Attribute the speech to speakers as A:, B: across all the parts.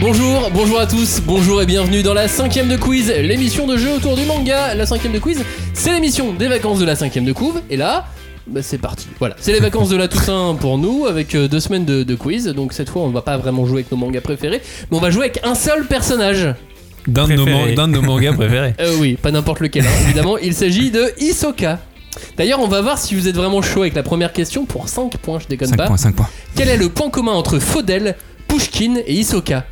A: Bonjour, bonjour à tous, bonjour et bienvenue dans la cinquième de quiz, l'émission de jeu autour du manga. La cinquième de quiz, c'est l'émission des vacances de la cinquième de couve. Et là, bah, c'est parti. Voilà, c'est les vacances de la Toussaint pour nous, avec euh, deux semaines de, de quiz. Donc cette fois, on va pas vraiment jouer avec nos mangas préférés, mais on va jouer avec un seul personnage.
B: D'un de, nos
C: Préféré.
B: man- d'un de nos mangas préférés.
A: Euh, oui, pas n'importe lequel, hein, évidemment. Il s'agit de Hisoka. D'ailleurs, on va voir si vous êtes vraiment chaud avec la première question pour 5 points, je déconne
C: 5
A: pas.
C: points, 5 points.
A: Quel est le point commun entre Faudel, Pushkin et Hisoka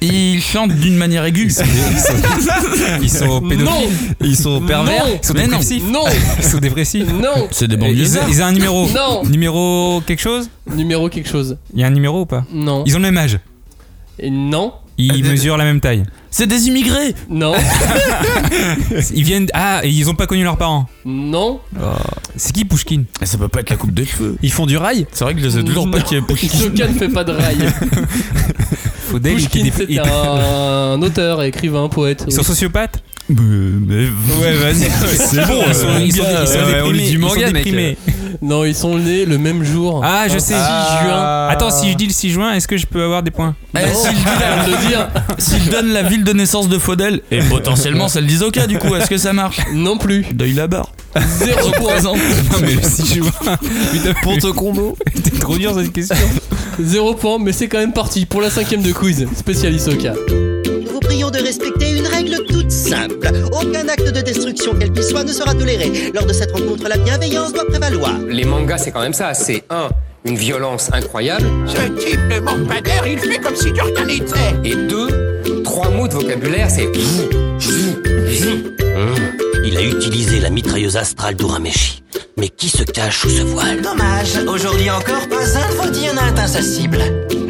D: Ils chantent d'une manière aiguë.
B: Ils sont, ils sont- ils sont pédophiles. Ils sont pervers.
A: Non.
B: Ils sont
D: Mais non.
B: dépressifs.
A: Non,
B: Ils sont dépressifs.
A: non,
D: C'est des
B: Et Ils ont,
D: banlieusards.
B: ils ont un numéro.
A: Non.
B: Numéro quelque chose
A: numéro quelque chose.
B: Il y a un numéro ou pas
A: Non,
B: Ils ont le même âge.
A: Et non,
B: Ils
D: Euh,
B: mesurent la même taille.
D: C'est des immigrés.
A: non,
B: Ils viennent. Ah, et ils ont pas connu leurs parents.
A: non.
B: C'est qui Pushkin
D: Ça peut pas être la coupe de cheveux.
B: Ils font du rail
D: C'est vrai que je sais toujours pas qui
B: Oh,
D: est Pouchkine.
A: Hisoka Mm. ne fait pas de rail.
B: Faut des- ils-
A: Pushkin,
B: ils-
A: c'est
B: ils-
A: un auteur, écrivain, poète.
B: Ils sont sociopathes
C: Ouais,
B: vas-y.
C: c'est bon.
B: Ils sont, ils sont- ils sont
C: ouais, on lit
B: déprimés.
C: du
B: ils sont
C: manga, mec.
B: déprimés.
A: Non, ils sont nés le même jour.
B: Ah, je sais.
A: juin.
B: Attends, si je dis le 6 juin, est-ce que je peux avoir des points Oh.
A: Non,
D: Eh,
A: Bah, je
D: S'ils
A: viens de le dire.
D: s'ils donnent la ville de naissance de Faudel, et potentiellement celle d'Isoka, du coup, est-ce que ça marche
A: Non plus.
D: Deuil la barre.
A: Zéro point.
D: Présente.
B: Non, mais le 6 juin. Putain,
C: Pour ton combo.
B: t'es trop dur cette question.
A: Zéro point, mais c'est quand même parti pour la cinquième de quiz, spécial Hisoka.
E: Nous vous prions de respecter une règle toute simple. Aucun acte de destruction, quel qu'il soit, ne sera toléré. Lors de cette rencontre, la bienveillance doit prévaloir.
F: Les mangas, c'est quand même ça. C'est un, une violence incroyable.
G: Ce type ne manque pas d'air, il fait comme si de rien n'était.
F: Et deux, trois mots de vocabulaire, c'est vous, vous, vous.
H: Il a utilisé la mitrailleuse astrale d'Urameshi. Mais qui se cache sous ce voile
E: Dommage, aujourd'hui encore, pas un de vos dix n'est insassible.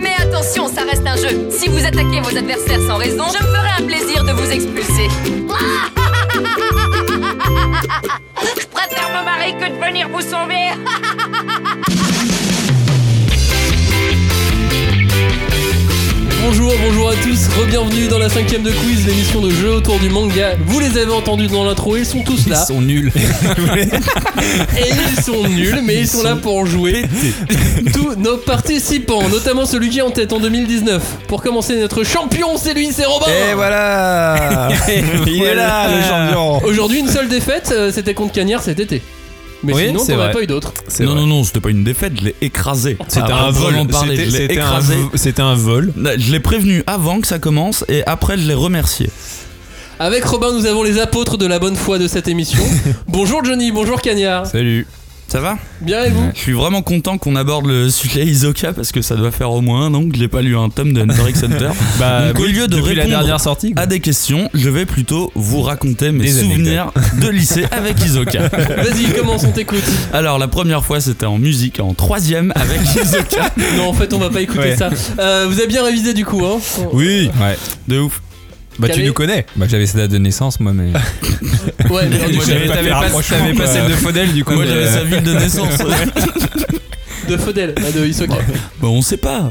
I: Mais attention, ça reste un jeu. Si vous attaquez vos adversaires sans raison, je me ferai un plaisir de vous expulser. Je préfère me marier que de venir vous sauver.
A: Bonjour, bonjour à tous, re-bienvenue dans la cinquième de quiz, l'émission de jeu autour du manga. Vous les avez entendus dans l'intro, ils sont tous
B: Ils
A: là.
B: sont nuls.
A: Et ils sont nuls, mais ils, sont, là pour jouer. Tous nos participants, notamment celui qui est en tête en 2019. Pour commencer, notre champion, c'est lui, c'est Robin
B: Eh
C: Et voilà Il est là, le champion
A: Aujourd'hui, une seule défaite, euh, c'était contre Cagnard cet été. Mais
B: Oui,
A: sinon,
B: c'est
A: t'en as
B: vrai.
A: pas eu d'autres.
C: C'est
D: Non,
C: vrai.
D: non, non, c'était pas une défaite, je l'ai écrasé.
C: Ah, C'était
D: Avant
C: un
D: de vraiment
C: vol.
D: parler,
C: C'était-
D: je l'ai
C: C'était un,
D: écrasé.
C: vo- c'était un vol.
D: Je l'ai prévenu avant que ça commence et après je l'ai remercié.
A: Avec Robin, nous avons les apôtres de la bonne foi de cette émission. bonjour Johnny, bonjour Cagnard.
B: Salut.
D: Ça va
A: Bien et vous
D: Je suis vraiment content qu'on aborde le sujet Isoka parce que ça doit faire au moins un an que j'ai pas lu un tome de Hunter x Hunter.
C: Euh,
B: Bah,
D: Donc, au
B: oui,
D: lieu de Ah.
B: depuis la
D: répondre
B: dernière sortie. quoi.
D: À des questions, je vais plutôt vous raconter mes
B: Des
D: souvenirs de lycée avec Isoka.
A: Vas-y, commence, on t'écoute.
D: Alors la première fois c'était en musique en troisième avec Isoka.
A: Non, en fait, on va pas écouter
B: Ouais.
A: ça. Euh, vous avez bien révisé du coup, hein
C: Oui
B: Ouais.
C: De ouf.
B: Bah,
A: Calais.
B: tu nous connais. Bah, j'avais sa date de naissance, moi, mais.
A: Ouais, mais
D: Moi, j'avais
B: T'avais
D: pas fait
B: pas,
D: rapprochement,
B: t'avais pas
D: euh,
B: celle de Faudel, du coup.
D: Moi
B: mais,
D: j'avais
B: euh,
D: sa ville de naissance.
A: de Faudel, pas de Hisoka.
D: Bon Bah, on sait pas.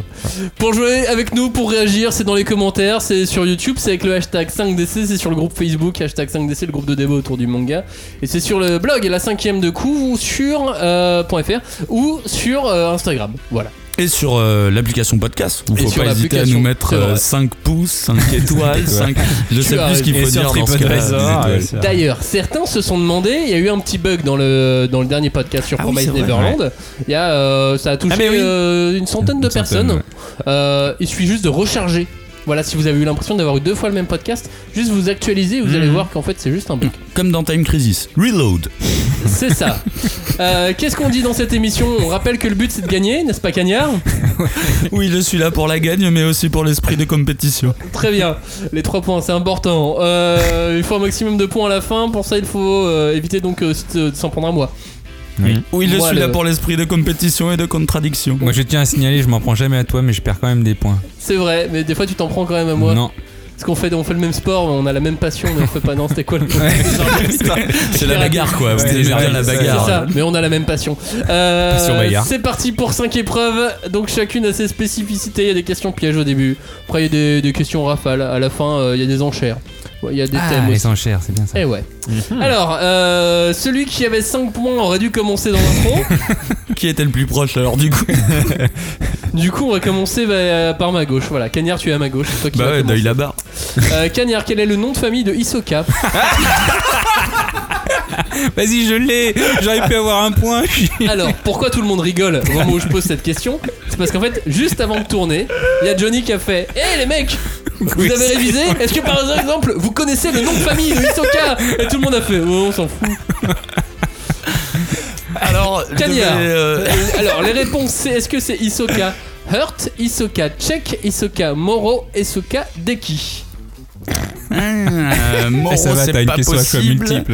A: Pour jouer avec nous, pour réagir, c'est dans les commentaires, c'est sur YouTube, c'est avec le hashtag 5DC, c'est sur le groupe Facebook, hashtag 5DC, le groupe de débat autour du manga. Et c'est sur le blog, la cinquième de coup, ou sur euh, .fr, ou sur euh, Instagram. Voilà.
B: Bah
D: Et sur euh, l'application podcast, il
A: Et
D: faut
A: sur
D: pas hésiter à
A: l'application,
D: nous mettre
A: c'est vrai.
D: 5 pouces, 5 étoiles, 5 je sais
A: as
D: plus ce qu'il
B: et
D: faut
B: sur
D: dire dans ce cas-là.
B: TripAdvisor,
D: des
B: ouais,
D: étoiles.
B: c'est vrai.
A: D'ailleurs, certains se sont demandé, il y a eu un petit bug dans le, dans le dernier podcast sur
D: Ah oui,
A: Promise
D: c'est vrai,
A: Neverland. Il y a, euh, ça a touché
B: Ah, mais oui.
A: euh, une centaine de
B: Une centaine,
A: personnes.
B: ouais.
A: Euh, il suffit juste de recharger. Voilà, si vous avez eu l'impression d'avoir eu deux fois le même podcast, juste vous actualisez,
B: Hmm.
A: vous allez voir qu'en fait c'est juste un bug.
D: Comme dans Time Crisis. Reload.
A: C'est ça. Euh, Qu'est-ce qu'on dit dans cette émission On rappelle que le but c'est de gagner, n'est-ce pas Cagnard
D: Oui, je suis là pour la gagne, mais aussi pour l'esprit de compétition.
A: Très bien. Les trois points, c'est important. Euh, il faut un maximum de points à la fin. Pour ça, il faut euh, éviter donc euh, de s'en prendre à moi.
D: Oui, je
A: Moi,
D: suis là
A: le-
D: pour l'esprit de compétition et de contradiction.
B: Moi, je tiens à signaler, je m'en prends jamais à toi, mais je perds quand même des points.
A: C'est vrai, mais des fois tu t'en prends quand même à moi.
B: Non.
A: Parce qu'on fait, on fait le même sport, on a la même passion, mais on fait pas. Non, c'était quoi le
D: C'est la bagarre quoi, vous
B: Ouais,
D: aimez
B: c'est
D: bien
B: ça,
D: la
B: c'est ça.
A: C'est
D: bagarre.
A: ça, mais on a la même passion. Euh,
B: Passion bagarre.
A: c'est parti pour 5 épreuves. Donc chacune a ses spécificités. Il y a des questions pièges au début. Après, il y a des, des questions rafales. À la fin, euh, il y a des enchères. Ouais, Il y a des
B: Ah,
A: thèmes
B: les
A: aussi.
B: enchères, c'est bien ça.
A: Eh
D: Mhm.
A: ouais. Alors, euh, celui qui avait 5 points aurait dû commencer dans l'intro.
D: qui était le plus proche alors du coup.
B: Bah
A: Du coup, on va commencer bah, par ma gauche. Voilà, Cagnard, tu es à ma gauche. c'est Toi qui
D: bah
A: vas
D: ouais,
A: commencer.
D: Deuil la barre.
A: Euh, Cagnard, quel est le nom de famille de Hisoka
B: Vas-y, je l'ai. J'aurais pu avoir un point.
A: Alors, pourquoi tout le monde rigole au moment où je pose cette question C'est parce qu'en fait, juste avant de tourner, il y a Johnny qui a fait Hé les mecs vous avez révisé Est-ce que par exemple vous connaissez le nom de famille de Hisoka Et tout le monde a fait Oh, on s'en fout.
D: Alors,
A: Cagnard.
D: je vais, euh,
A: Euh, alors les réponses c'est est-ce que c'est Hisoka Hurt, Hisoka Tchek, Hisoka Moro, Hisoka Deki.
D: euh, Moro,
B: Eh, ça va,
D: c'est
B: t'as une
D: pas
B: question à choix
D: possible.
B: multiple.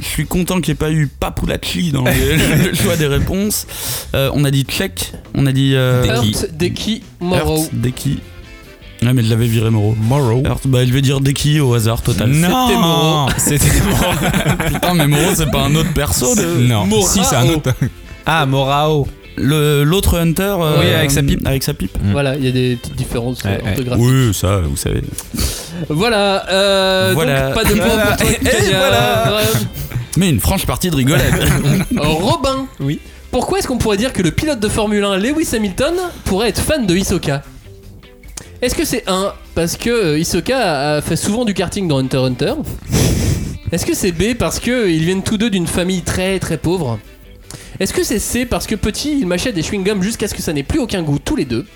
D: Je suis content qu'il n'y ait pas eu Papulachi dans le, le choix des réponses. Euh, on a dit Tchèque, on a dit. Euh,
A: Hurt, Deki, Moro.
D: Hurt, Deki. Ouais, mais je l'avais viré Moro.
B: Morrow.
D: Hurt, bah, il veut dire Deki au hasard total.
A: C'était
B: Non,
A: Moro.
B: c'était Morrow.
D: Putain, mais Moro, c'est pas un autre perso. de-
B: Non,
A: Morao.
B: si, c'est un autre.
C: Ah, Morao.
D: Le- L'autre Hunter. euh,
C: Oui, avec sa pipe.
D: Avec sa pipe.
A: Voilà, il y a des petites différences euh,
C: Ouais, ouais.
A: orthographiques.
D: Oui, ça, vous savez.
A: Voilà, euh,
D: Voilà.
A: donc pas de point
D: Voilà.
A: pour Euh, toi.
D: Et
A: Kenya.
D: voilà. Mais une franche partie de rigolade.
A: Euh, Robin.
C: Oui.
A: Pourquoi est-ce qu'on pourrait dire que le pilote de Formule 1 Lewis Hamilton pourrait être fan de Hisoka Est-ce que c'est un parce que euh, Hisoka a- a fait souvent du karting dans Hunter x Hunter Est-ce que c'est B parce que ils viennent tous deux d'une famille très très pauvre Est-ce que c'est C parce que petit ils m'achètent des chewing-gums jusqu'à ce que ça n'ait plus aucun goût tous les deux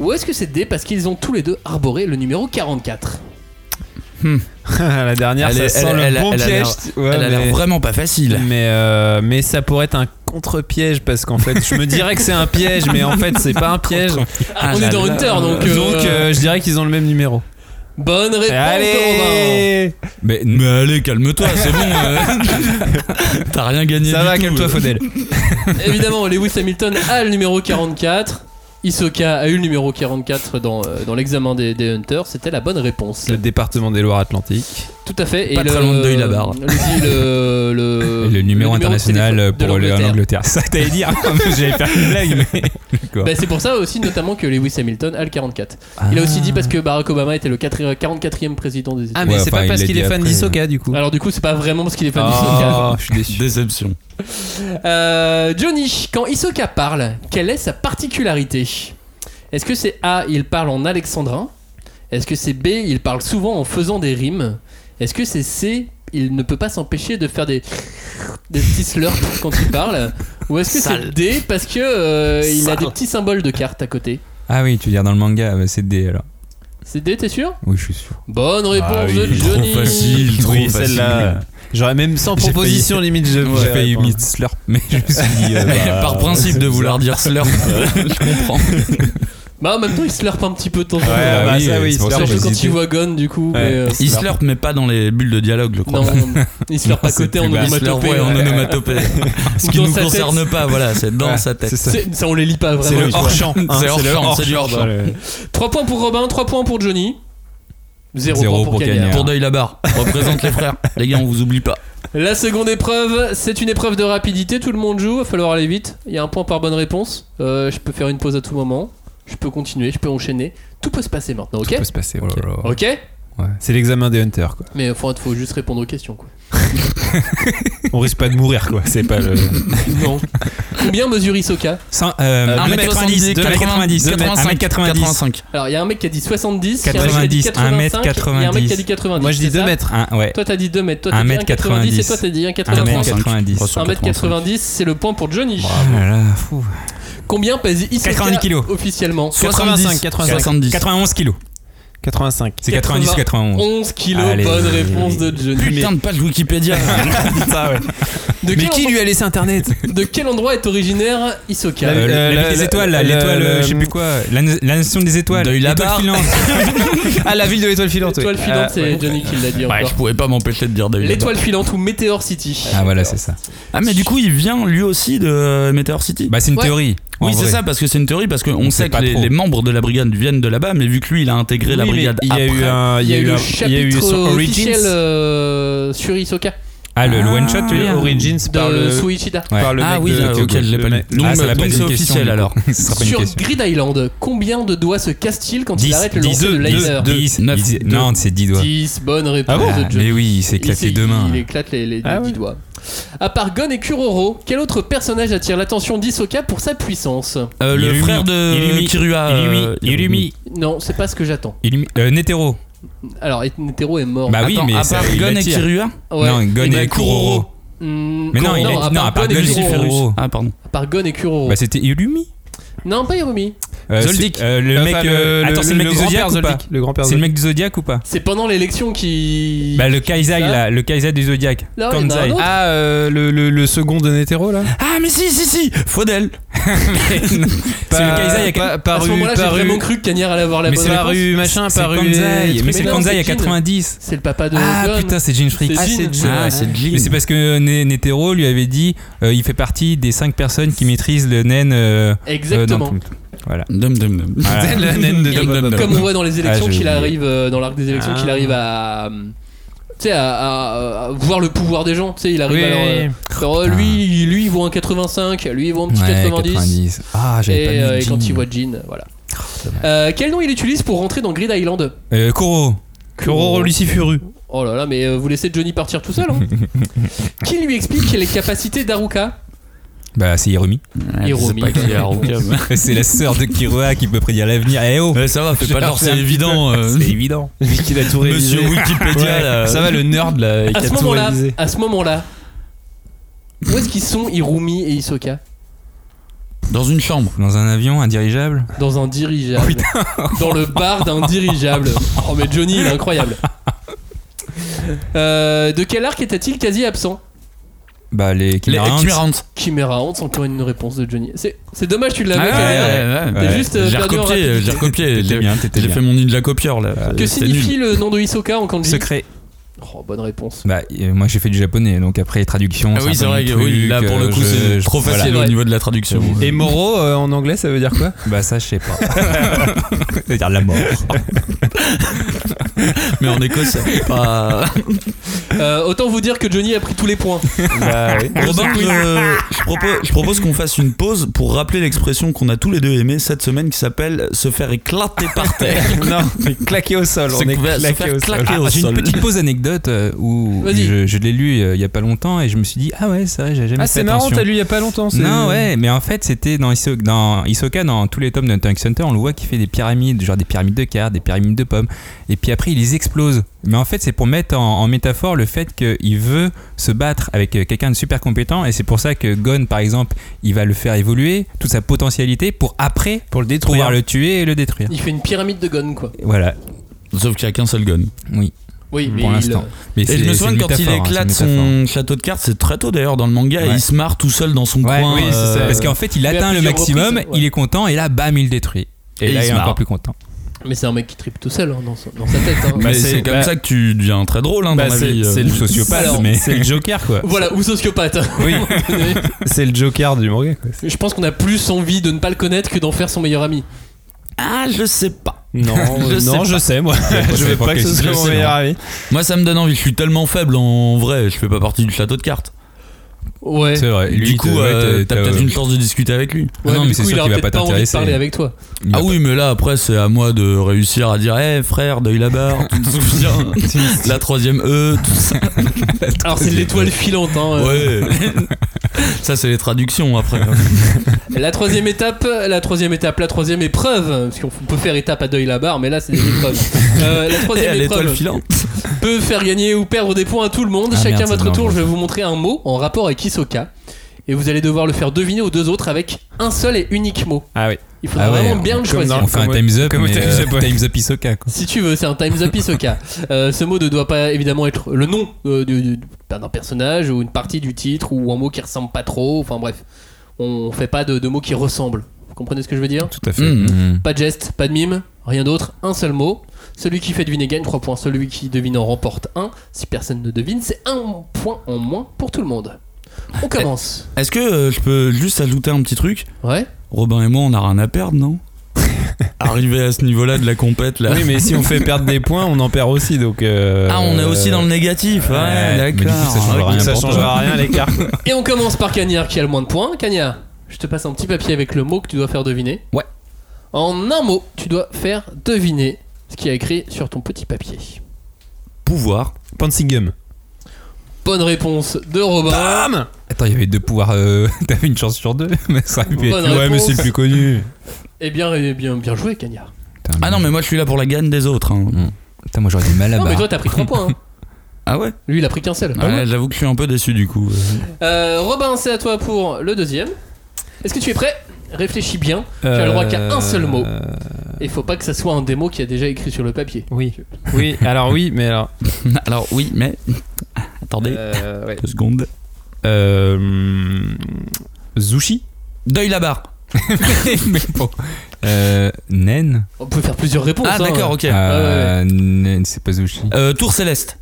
A: Ou est-ce que c'est D parce qu'ils ont tous les deux arboré le numéro 44
C: la dernière,
D: Elle est-
C: ça sent
D: elle-
C: le
D: elle-
C: bon
D: elle a
C: piège. Ouais,
D: Elle a l'air
C: mais-
D: vraiment pas facile.
C: Mais, euh, mais ça pourrait être un contre-piège parce qu'en fait, je me dirais que c'est un piège, mais en fait, c'est pas un piège.
D: Ah
A: On
D: là
A: est dans
D: là.
A: Hunter donc, euh,
C: Donc, euh, je dirais qu'ils ont le même numéro.
A: bonne réponse Robin
C: Allez
B: Mais
D: Mais allez, calme-toi, c'est bon. euh. T'as rien gagné.
C: Ça
D: du
C: va,
D: tout,
C: calme-toi,
D: euh.
C: Faudel.
A: Évidemment, Lewis Hamilton a le numéro 44. Isoka a eu le numéro 44 dans, euh, dans l'examen des, des Hunters. C'était la bonne réponse.
C: Le département des Loires-Atlantiques.
A: Tout à fait.
D: Pas
A: et
D: très
A: le,
D: loin de Deuil la Barre.
A: Le, le, le-
B: le numéro
A: de
B: international
A: téléphone de
B: pour le- en
A: l'Angleterre.
B: Angleterre. Ça que t'allais dire. J'allais faire une blague, mais.
A: Bah, c'est pour ça aussi, notamment, que Lewis Hamilton a le 44. Il a aussi dit parce que Barack Obama était le 4- 44e président des États-Unis.
C: Ah, mais
B: mais Ouais, c'est
C: c'est
B: pas enfin,
C: pas
B: il parce
C: parce
B: l'a qu'il
C: qu'il
B: est
C: est
B: dit fan
C: fan
B: après.
C: d'Isoka, du coup.
A: Alors, du coup, c'est pas vraiment parce qu'il est fan d'Isoka.
C: Oh, je suis déçu.
D: Déception.
A: Euh, Johnny, quand Isoka parle, quelle est sa particularité Est-ce que c'est A, il parle en alexandrin Est-ce que c'est B, il parle souvent en faisant des rimes Est-ce que c'est C, il ne peut pas s'empêcher de faire des, des petits slurps quand il parle Ou est-ce que c'est
D: Sale.
A: D, parce que euh, il a
D: Sale.
A: des petits symboles de cartes à côté
B: Ah oui, tu veux dire dans le manga, bah, c'est D alors.
A: C'est D, t'es sûr
B: Oui, je suis sûr.
A: Bonne réponse
B: Ah oui,
A: de
B: trop
A: Johnny
D: facile, trop
B: Oui,
D: facile.
B: celle-là.
C: J'aurais même sans
B: J'ai
C: proposition, limite, je.
B: J'ai failli mettre slurp, mais je me suis dit. euh, bah,
D: Par principe de vouloir dire slurp, je comprends.
A: Bah en même temps il slurp un petit peu de temps en temps.
B: Ouais,
C: Ah, bah,
B: oui,
C: ça, oui,
B: c'est pour
C: ça,
B: ça que
A: Surtout
B: j'ai
A: quand
B: hésité.
A: il voit Gon du coup.
B: Ouais.
A: mais, euh,
D: Il slurp, mais pas dans les bulles de dialogue, je crois.
A: Non, il slurp à
B: Non, c'est
A: côté
B: plus
A: en
B: bas.
D: Il slurp,
A: onomatopée.
D: ouais, en onomatopée. Ce qui
A: Dans
D: nous
A: sa tête.
D: concerne pas, voilà, c'est dans
B: Ouais,
D: sa tête.
B: c'est ça.
A: C'est- Ça, on les lit pas
C: C'est
A: vraiment.
C: le hors-champ. hein,
D: C'est hors
C: le
D: champ,
C: hors-champ.
D: c'est du hors champ.
A: 3 points pour Robin, 3 points pour Johnny. 0
B: Zéro
A: point pour,
B: pour
A: Cagnard.
B: Cagnard.
D: Pour Deuil la barre, représente les frères. Les gars, on vous oublie pas.
A: La seconde épreuve, c'est une épreuve de rapidité. Tout le monde joue, va falloir aller vite. Il y a un point par bonne réponse. Euh, je peux faire une pause à tout moment. Je peux continuer, je peux enchaîner. Tout peut se passer maintenant, ok
B: Ça peut se passer.
C: Ok.
B: oh là là.
A: Ok
B: Ouais.
C: C'est l'examen des Hunters, quoi.
A: Mais faut, faut juste répondre aux questions, quoi.
C: On risque pas de mourir, quoi. C'est pas le.
A: Non. Combien mesure Isoka
B: Cent- euh,
D: 1m70,
B: 1m90, 2m90,
D: 85,
B: 1m90.
D: 85.
A: Alors, il y a un mec qui a dit 70, il y a un mec qui a dit
B: 90,
A: 85, il y a un mec qui a dit 90.
C: Moi, je dis
A: c'est
C: 2
A: ça
C: mètres.
B: Un- Ouais,
A: Toi, t'as dit 2 mètres. Toi, t'as
B: 1
A: dit
B: mètre
A: 1,90 et
B: 90.
A: toi, t'as dit
D: Ah,
A: 1,85.
D: Oh,
B: 1m90.
A: 1m90, Oh, c'est le point pour Johnny.
B: Ah là là, fou.
A: Combien pèse Isoka
B: 90 kilos.
A: officiellement
C: 85, 85.
D: 70.
B: 91 kilos.
C: 85.
B: C'est 90 ou 91.
A: 11 kilos,
B: Allez,
A: bonne
B: allez,
A: réponse
B: allez.
A: de Johnny.
D: Putain de page
B: Euh,
D: Wikipédia.
A: De
C: Mais
A: quel,
C: qui
A: endroit,
C: lui a laissé internet
A: de quel endroit est originaire Isoka
C: La-
B: Euh,
C: Euh,
B: la
C: la-
B: ville des
C: la-
B: étoiles,
C: la-
B: là, l'étoile,
C: la-
B: euh, je sais plus quoi, la, la nation des étoiles,
D: De la barre.
B: l'étoile filante.
C: Ah, la ville de l'étoile filante. oui.
A: L'étoile filante,
C: Ah,
A: c'est
C: ouais.
A: Johnny qui l'a dit
D: Ouais, je
A: encore.
D: pouvais pas m'empêcher de dire Deuil la barre.
A: L'étoile filante ou Meteor City.
B: Ah voilà, c'est ça.
D: Ah mais du coup il vient lui aussi de Meteor City
B: Bah c'est une
A: Ouais.
B: théorie. en
D: Oui c'est
B: vrai.
D: ça parce que c'est une théorie parce
B: On
D: qu'on
B: sait
D: sait que
B: pas
D: les,
B: trop.
D: les membres de la brigade viennent de là-bas mais vu que lui il a intégré la
C: Oui, mais
D: brigade
C: Ah, il y a
D: après
C: eu un.
A: Il y a eu
C: un-
A: le
C: il y a eu
A: chapitre
C: son
A: officiel
C: Origins.
A: euh, sur Isoka.
C: Ah, le, le one shot, tu veux
D: Ah.
C: dire Origins par
A: de
C: le.
A: Suichida.
C: Ouais.
B: Par le
D: Ah
B: mec
D: oui,
B: de-
D: là,
B: qui-
D: ok, je l'ai
B: le
D: pas lu.
B: mec-
D: Donc,
B: Ah, ça
D: donc,
B: va pas être
D: c'est
B: une question,
D: officiel,
B: du coup.
D: alors.
B: Ce sera pas une
A: Sur
B: question.
A: Grid Island, combien de doigts se casse-t-il quand il
B: 10,
A: arrête le
B: 10,
A: lancer de laser
B: 10,
D: Neuf,
B: 10,
D: deux.
B: Non, c'est 10 doigts.
A: 10, bonne réponse
B: Ah bon
A: de Joe.
B: Mais oui, il s'est
A: Il
B: éclaté
A: s'est-
B: deux mains. hein.
A: Il éclate les, les,
C: Ah
A: les dix
C: ouais.
A: doigts. À part Gon et Kuroro, quel autre personnage attire l'attention d'Isoka pour sa puissance
D: Euh, le
B: Illumi.
D: frère de
B: Illumi.
D: Kirua. euh,
B: Illumi. Illumi.
A: Non, c'est pas ce que j'attends.
B: Illumi. Euh, Netero.
A: Alors, Netero est mort.
B: Bah oui,
D: Attends,
B: mais
D: à
B: ça,
D: part
B: il
D: Gon et
B: l'attire.
D: Kirua
A: Ouais.
B: Non, Gon
A: bah,
B: et Kuroro.
A: Hmm,
B: Mais non, il a-
A: à
B: non, à part
A: part Gon
B: Gon
A: et
B: et
A: Kuroro.
B: Kuroro.
D: Ah, pardon.
A: À part Gon et Kuroro.
B: Bah c'était Illumi.
A: Non, pas Hirumi.
B: Euh,
C: Zoldyck.
B: c'est- euh, le mec.
C: Enfin,
B: euh, Attends, c'est le mec du
C: grand-père
B: Zodiac ou pas
C: Zoldyck. Le grand-père
B: C'est le
C: Zoldyck.
B: mec du Zodiac ou pas
A: C'est pendant l'élection qui.
B: Bah le Kaizai
A: Ça
B: là, le Kaizai du Zodiac.
A: Là, bah, il y en a un
B: Kanzai.
A: autre.
C: Ah, euh, le, le, le second de Netero, là
D: Ah, mais si, si, si Faudel
B: C'est le Kaizai avec
C: pas,
A: à ce
C: Ah, paru,
A: moment-là, j'ai
C: paru-
A: vraiment cru que Cagnard allait avoir la
C: Mais
A: bonne
C: c'est
A: réponse.
C: paru machin,
B: C'est
C: paru.
B: Kanzai, mais c'est
A: Mais
B: le
A: non,
B: Kanzai
A: c'est
B: à
A: Jin.
B: 90.
A: C'est le papa de
B: Ah
A: Gon.
B: putain, c'est Gene Freak.
A: C'est Jin.
D: Ah, c'est Jin.
B: Mais c'est parce que euh, Né- Netero lui avait dit euh, il fait partie des 5 personnes qui maîtrisent le nen. euh, euh, dans
A: Exactement.
B: tout. Voilà.
D: Dum dum dum.
B: Voilà.
C: La naine de-
A: Et comme on voit dans les élections
B: Ah, j'ai
A: qu'il
B: oublié.
A: arrive euh, dans l'arc des élections
C: Ah.
A: qu'il arrive à euh, tu sais à, à- à voir le pouvoir des gens tu sais il arrive
C: Oui.
A: à leur, euh, genre, euh, lui lui il voit un 85 lui il voit un petit
B: Ouais,
A: 90,
B: 90. Ah, j'avais
A: et,
B: pas mis
A: euh, et
B: Jin.
A: quand il voit Jean voilà Euh, quel nom il utilise pour rentrer dans Grid Island
B: Euh, Koro.
A: Kuroro
B: Lucifuru.
A: Oh là là, mais euh, vous laissez Johnny partir tout seul. hein. qui lui explique les capacités d'Aruka
B: Bah, c'est Hirumi.
D: Ouais, je sais
A: Hiromi.
D: pas qui est Haruka, mais-
B: c'est la sœur de Kirua qui peut prédire l'avenir. Eh oh
D: Ouais, ça va, fais pas genre, c'est
B: un petit
D: évident.
B: peu.
D: euh,
B: C'est évident.
C: Lui qui l'a tout révisé.
D: Monsieur Wikipédia,
C: Ouais.
D: là.
C: Ça va, le nerd, là,
A: À
C: qui
A: ce
C: a tout
A: moment-là,
C: révisé.
A: à ce moment-là, où est-ce qu'ils sont Hirumi et Hisoka
D: Dans une chambre.
B: Dans un avion, un dirigeable
A: Dans un
D: Oh,
A: dirigeable. dans le bar d'un dirigeable. Oh mais Johnny, il est incroyable. Euh, de quel arc était-il quasi absent
B: Bah, les
D: Les
B: Kimera Ants.
D: Kimerante.
A: Chimera Ant, encore une réponse de Johnny. C'est c'est dommage, tu l'avais.
D: Ah Ouais,
A: quand même.
D: ouais,
A: T'es
D: ouais.
A: juste euh,
D: J'ai
A: perdu en
D: recopié,
A: rapidité.
D: j'ai recopié.
B: T'étais
D: j'ai-
B: bien, t'étais
D: J'ai
B: bien.
D: fait mon ninja copieur là.
A: Que
D: C'était nul.
A: signifie le nom de Hisoka en kanji
C: Secret.
A: Oh, bonne réponse.
B: Bah, euh, moi j'ai fait du japonais, donc après traduction.
D: Ah oui, c'est
B: un peu
D: vrai que
B: mon
D: oui,
B: truc,
D: là pour
B: euh,
D: le coup,
B: je-
D: c'est
B: je-
D: trop
B: voilà.
D: facile
A: C'est
D: au
A: vrai.
D: niveau de la traduction.
C: Et Moro, euh, en anglais, ça veut dire quoi
B: Bah, ça, je sais pas. C'est-à-dire la mort.
D: Mais en Écosse, c'est pas.
A: Euh, autant vous dire que Johnny a pris tous les points.
D: Bah Robin, euh, je propose, je propose qu'on fasse une pause pour rappeler l'expression qu'on a tous les deux aimée cette semaine qui s'appelle se faire éclater par terre.
C: Non, mais claqué au sol. On
D: Se
C: est
D: faire- se
C: claqué
D: faire
C: au sol.
D: claquer au
B: J'ai une
D: sol.
B: petite pause anecdote euh, où
A: Vas-y.
B: je, je l'ai lu euh, il y a pas longtemps et je me suis dit, ah ouais, c'est vrai, j'ai jamais
C: Ah,
B: fait
C: c'est marrant,
B: attention.
C: t'as lu il y a pas longtemps. c'est-
B: Non, ouais, mais en fait, c'était dans, Hiso- dans Hisoka, dans tous les tomes de Tank Hunter, on le voit qui fait des pyramides, genre des pyramides de cartes, des pyramides de pommes, et puis après, il les explose. Mais en fait, c'est pour mettre en, en métaphore le fait qu'il veut se battre avec euh, quelqu'un de super compétent, et c'est pour ça que Gon, par exemple, il va le faire évoluer, toute sa potentialité, pour après
C: Pour le détruire.
B: pouvoir le tuer et le détruire.
A: Il fait une pyramide de gun, quoi.
B: Voilà,
D: Sauf qu'il n'y a qu'un seul gun.
B: oui.
A: Oui, mais
B: Pour
A: il- euh,
B: l'instant. Mais
D: Et
B: c'est-
D: je me
B: c'est
D: souviens
B: une
D: que quand il
B: métaphore, hein, c'est une
D: éclate son
B: métaphore.
D: château de cartes, c'est très tôt d'ailleurs dans le manga, et
B: Ouais.
D: il se marre tout seul dans son
B: Ouais,
D: coin.
B: oui, c'est ça.
D: euh,
B: Parce qu'en fait, il
A: à
B: atteint le
A: plusieurs
B: maximum,
A: reprises, ouais.
B: il est content, et là, bam, il le détruit. Et,
D: Et il
B: là,
D: se
B: il est
D: marre.
B: encore plus content.
A: Mais c'est un mec qui tripe tout seul hein, dans, son- dans sa tête. hein.
D: Mais
C: Bah,
D: c'est
C: c'est-
D: comme
C: bah-
D: ça que tu deviens très drôle hein,
C: Bah,
D: dans la
C: c'est-
D: vie. euh.
C: c'est
B: Ou sociopathe,
A: Alors,
B: mais
C: C'est le Joker, quoi.
A: Voilà, ou sociopathe.
C: Oui. C'est le Joker du manga, quoi.
A: Je pense qu'on a plus envie de ne pas le connaître que d'en faire son meilleur ami.
D: Ah, je sais pas.
C: Non,
D: Je
C: je non,
D: sais
C: je sais, moi. je veux pas que ce soit mon
D: sais,
C: meilleur ami.
D: Moi, ça me donne envie. Je suis tellement faible en vrai, je fais pas partie du château de cartes.
A: Ouais.
B: C'est vrai. Lui,
D: du coup,
B: t'as- ouais,
D: euh, t'as
B: t'as- t'as-
D: peut-être une chance de discuter avec lui.
B: Ah
A: Ouais, mais
B: non, mais
A: du
B: c'est
A: coup,
B: sûr
A: il
B: qu'il
A: aura
B: va
A: peut-être
B: pas
A: pas envie de
B: t'intéresser.
A: parler avec toi.
B: Il
D: Ah
B: va
D: oui, mais là, après, c'est à moi de réussir à dire Eh frère, deuil la barre, tu te souviens La troisième E, tout ça.
A: Alors, c'est l'étoile filante. hein.
D: Ouais. ça, c'est les traductions après.
A: La troisième étape, la troisième étape, la troisième épreuve. hein, Parce qu'on peut faire étape à deuil la barre, mais là, c'est des épreuves. Euh, la
D: Et
A: troisième
D: à l'étoile
A: épreuve
D: filante.
A: peut faire gagner ou perdre des points à tout le monde.
B: Ah,
A: Chacun
B: merde,
A: votre
B: c'est
A: tour.
B: dangereux.
A: Je vais vous montrer un mot en rapport avec Hisoka. Et vous allez devoir le faire deviner aux deux autres avec un seul et unique mot.
C: Ah oui.
A: Il faudra
B: Ah ouais,
A: vraiment bien le
C: comme
A: choisir.
C: dans-
B: On fait un
C: Comme au-
B: time's up,
C: comme au
B: mais
C: Time's
B: euh,
C: Up, ouais.
B: time's up Isoka. Quoi.
A: Si tu veux, c'est un Time's Up Isoka. Euh, ce mot ne doit pas évidemment être le nom euh, du- du- ben, d'un personnage ou une partie du titre ou un mot qui ressemble pas trop. Enfin bref, on fait pas de, de mots qui ressemblent. Vous comprenez ce que je veux dire
B: Tout à Mhm.
D: fait.
A: Pas de geste, pas de mime, rien d'autre, un seul mot. Celui qui fait deviner gagne 3 points, celui qui devine en remporte 1. Si personne ne devine, c'est un point en moins pour tout le monde. On commence.
D: Est-ce que euh, je peux juste ajouter un petit truc
A: Ouais
D: Robin et moi, on a rien à perdre, non Arrivé à ce niveau-là de la compète, là.
C: Oui, mais si on fait perdre des points, on en perd aussi. Donc, euh,
D: Ah, on est aussi dans le négatif. Ouais,
B: ouais, mais du coup,
D: d'accord.
B: ça changera
D: Ok.
B: rien
C: Ça
B: pour toi.
C: changera rien à l'écart.
A: Et on commence par Cagnard qui a le moins de points. Cagnard, je te passe un petit papier avec le mot que tu dois faire deviner.
B: Ouais.
A: En un mot, tu dois faire deviner ce qu'il y a écrit sur ton petit papier.
D: Pouvoir.
C: Pansingham.
A: Bonne réponse de Robin.
C: Bam
B: Attends, il y avait deux pouvoirs. euh, T'avais une chance sur deux. mais ça aurait pu être-
A: Bonne réponse.
C: plus connu.
A: Eh bien, eh bien, bien joué, Cagnard.
B: Putain,
D: Ah non, mais moi je suis là pour la gagne des autres. hein.
B: Putain, moi j'aurais du mal à
A: Non, mais
B: barre.
A: toi, t'as pris 3 points. hein.
D: Ah ouais, Ah
A: Lui, il a pris qu'un seul.
B: Ah
D: Ouais, J'avoue que je suis un peu déçu du coup.
A: Euh, Robin, c'est à toi pour le deuxième. Est-ce que tu es prêt Réfléchis bien. Tu as le droit qu'à un seul mot.
C: euh,
A: Et faut pas que ça soit un démo qui a déjà écrit sur le papier.
C: Oui. Oui, alors oui, mais alors.
D: Alors oui, mais. Attendez,
C: Euh, ouais.
D: deux secondes.
C: Euh, Zushi
D: Deuil la barre.
B: mais bon. Euh, Nen
A: On peut faire plusieurs
B: Oh,
A: réponses.
D: Ah
A: hein.
D: d'accord, ok.
B: Euh, Nen, c'est pas Zushi.
D: Euh, Tour Céleste.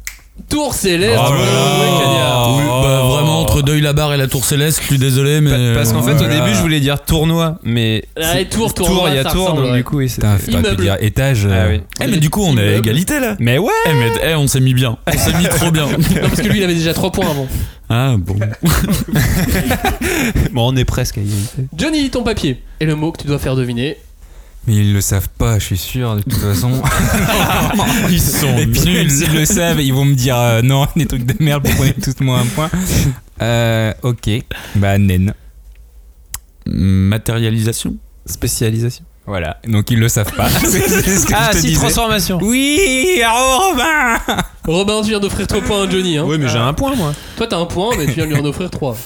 A: Tour céleste.
B: Oh
A: bien
B: là
A: joué,
B: là.
A: Cagnard.
D: Oui, bah
B: Oh.
D: vraiment, entre Deuil la barre et la Tour Céleste, je suis désolé, mais. euh,
C: Pa- Parce qu'en fait, au
B: Voilà.
C: début, je voulais dire tournoi, mais.
A: Ah,
C: c'est-
A: et tour,
C: tour,
A: tournoi,
C: il y a
A: ça
C: tour,
A: ressemble,
C: donc
A: ouais.
C: du coup, oui, c'est.
B: Putain, t'aurais pu
A: Immeuble.
B: dire étage.
C: Ah
B: euh,
C: oui.
D: Eh, mais du coup, on est à
A: Immeuble.
D: égalité là.
C: Mais ouais
D: Eh, mais eh, on s'est mis bien. On s'est mis trop bien.
A: Non, parce que lui, il avait déjà 3 points avant.
D: Ah bon.
C: Bon, on est presque à égalité.
A: Johnny, ton papier. Et le mot que tu dois faire deviner.
B: Mais ils le savent pas, je suis sûr, de toute façon.
D: Ils sont
B: Et puis, même
D: nuls.
B: s'ils le savent, ils vont me dire euh, non, des trucs de merde, vous prenez tous moins un point. Euh, ok, bah Nen.
D: Matérialisation.
C: Spécialisation.
B: Voilà, donc ils le savent pas. C'est- c'est ce que
C: Ah,
B: je te
C: si,
B: disais.
C: transformation.
B: Oui, oh Robin
A: Robin, tu viens d'offrir 3 points à Johnny. Hein.
C: Oui, mais j'ai un point, moi.
A: Toi, t'as un point, mais tu viens de lui en offrir 3.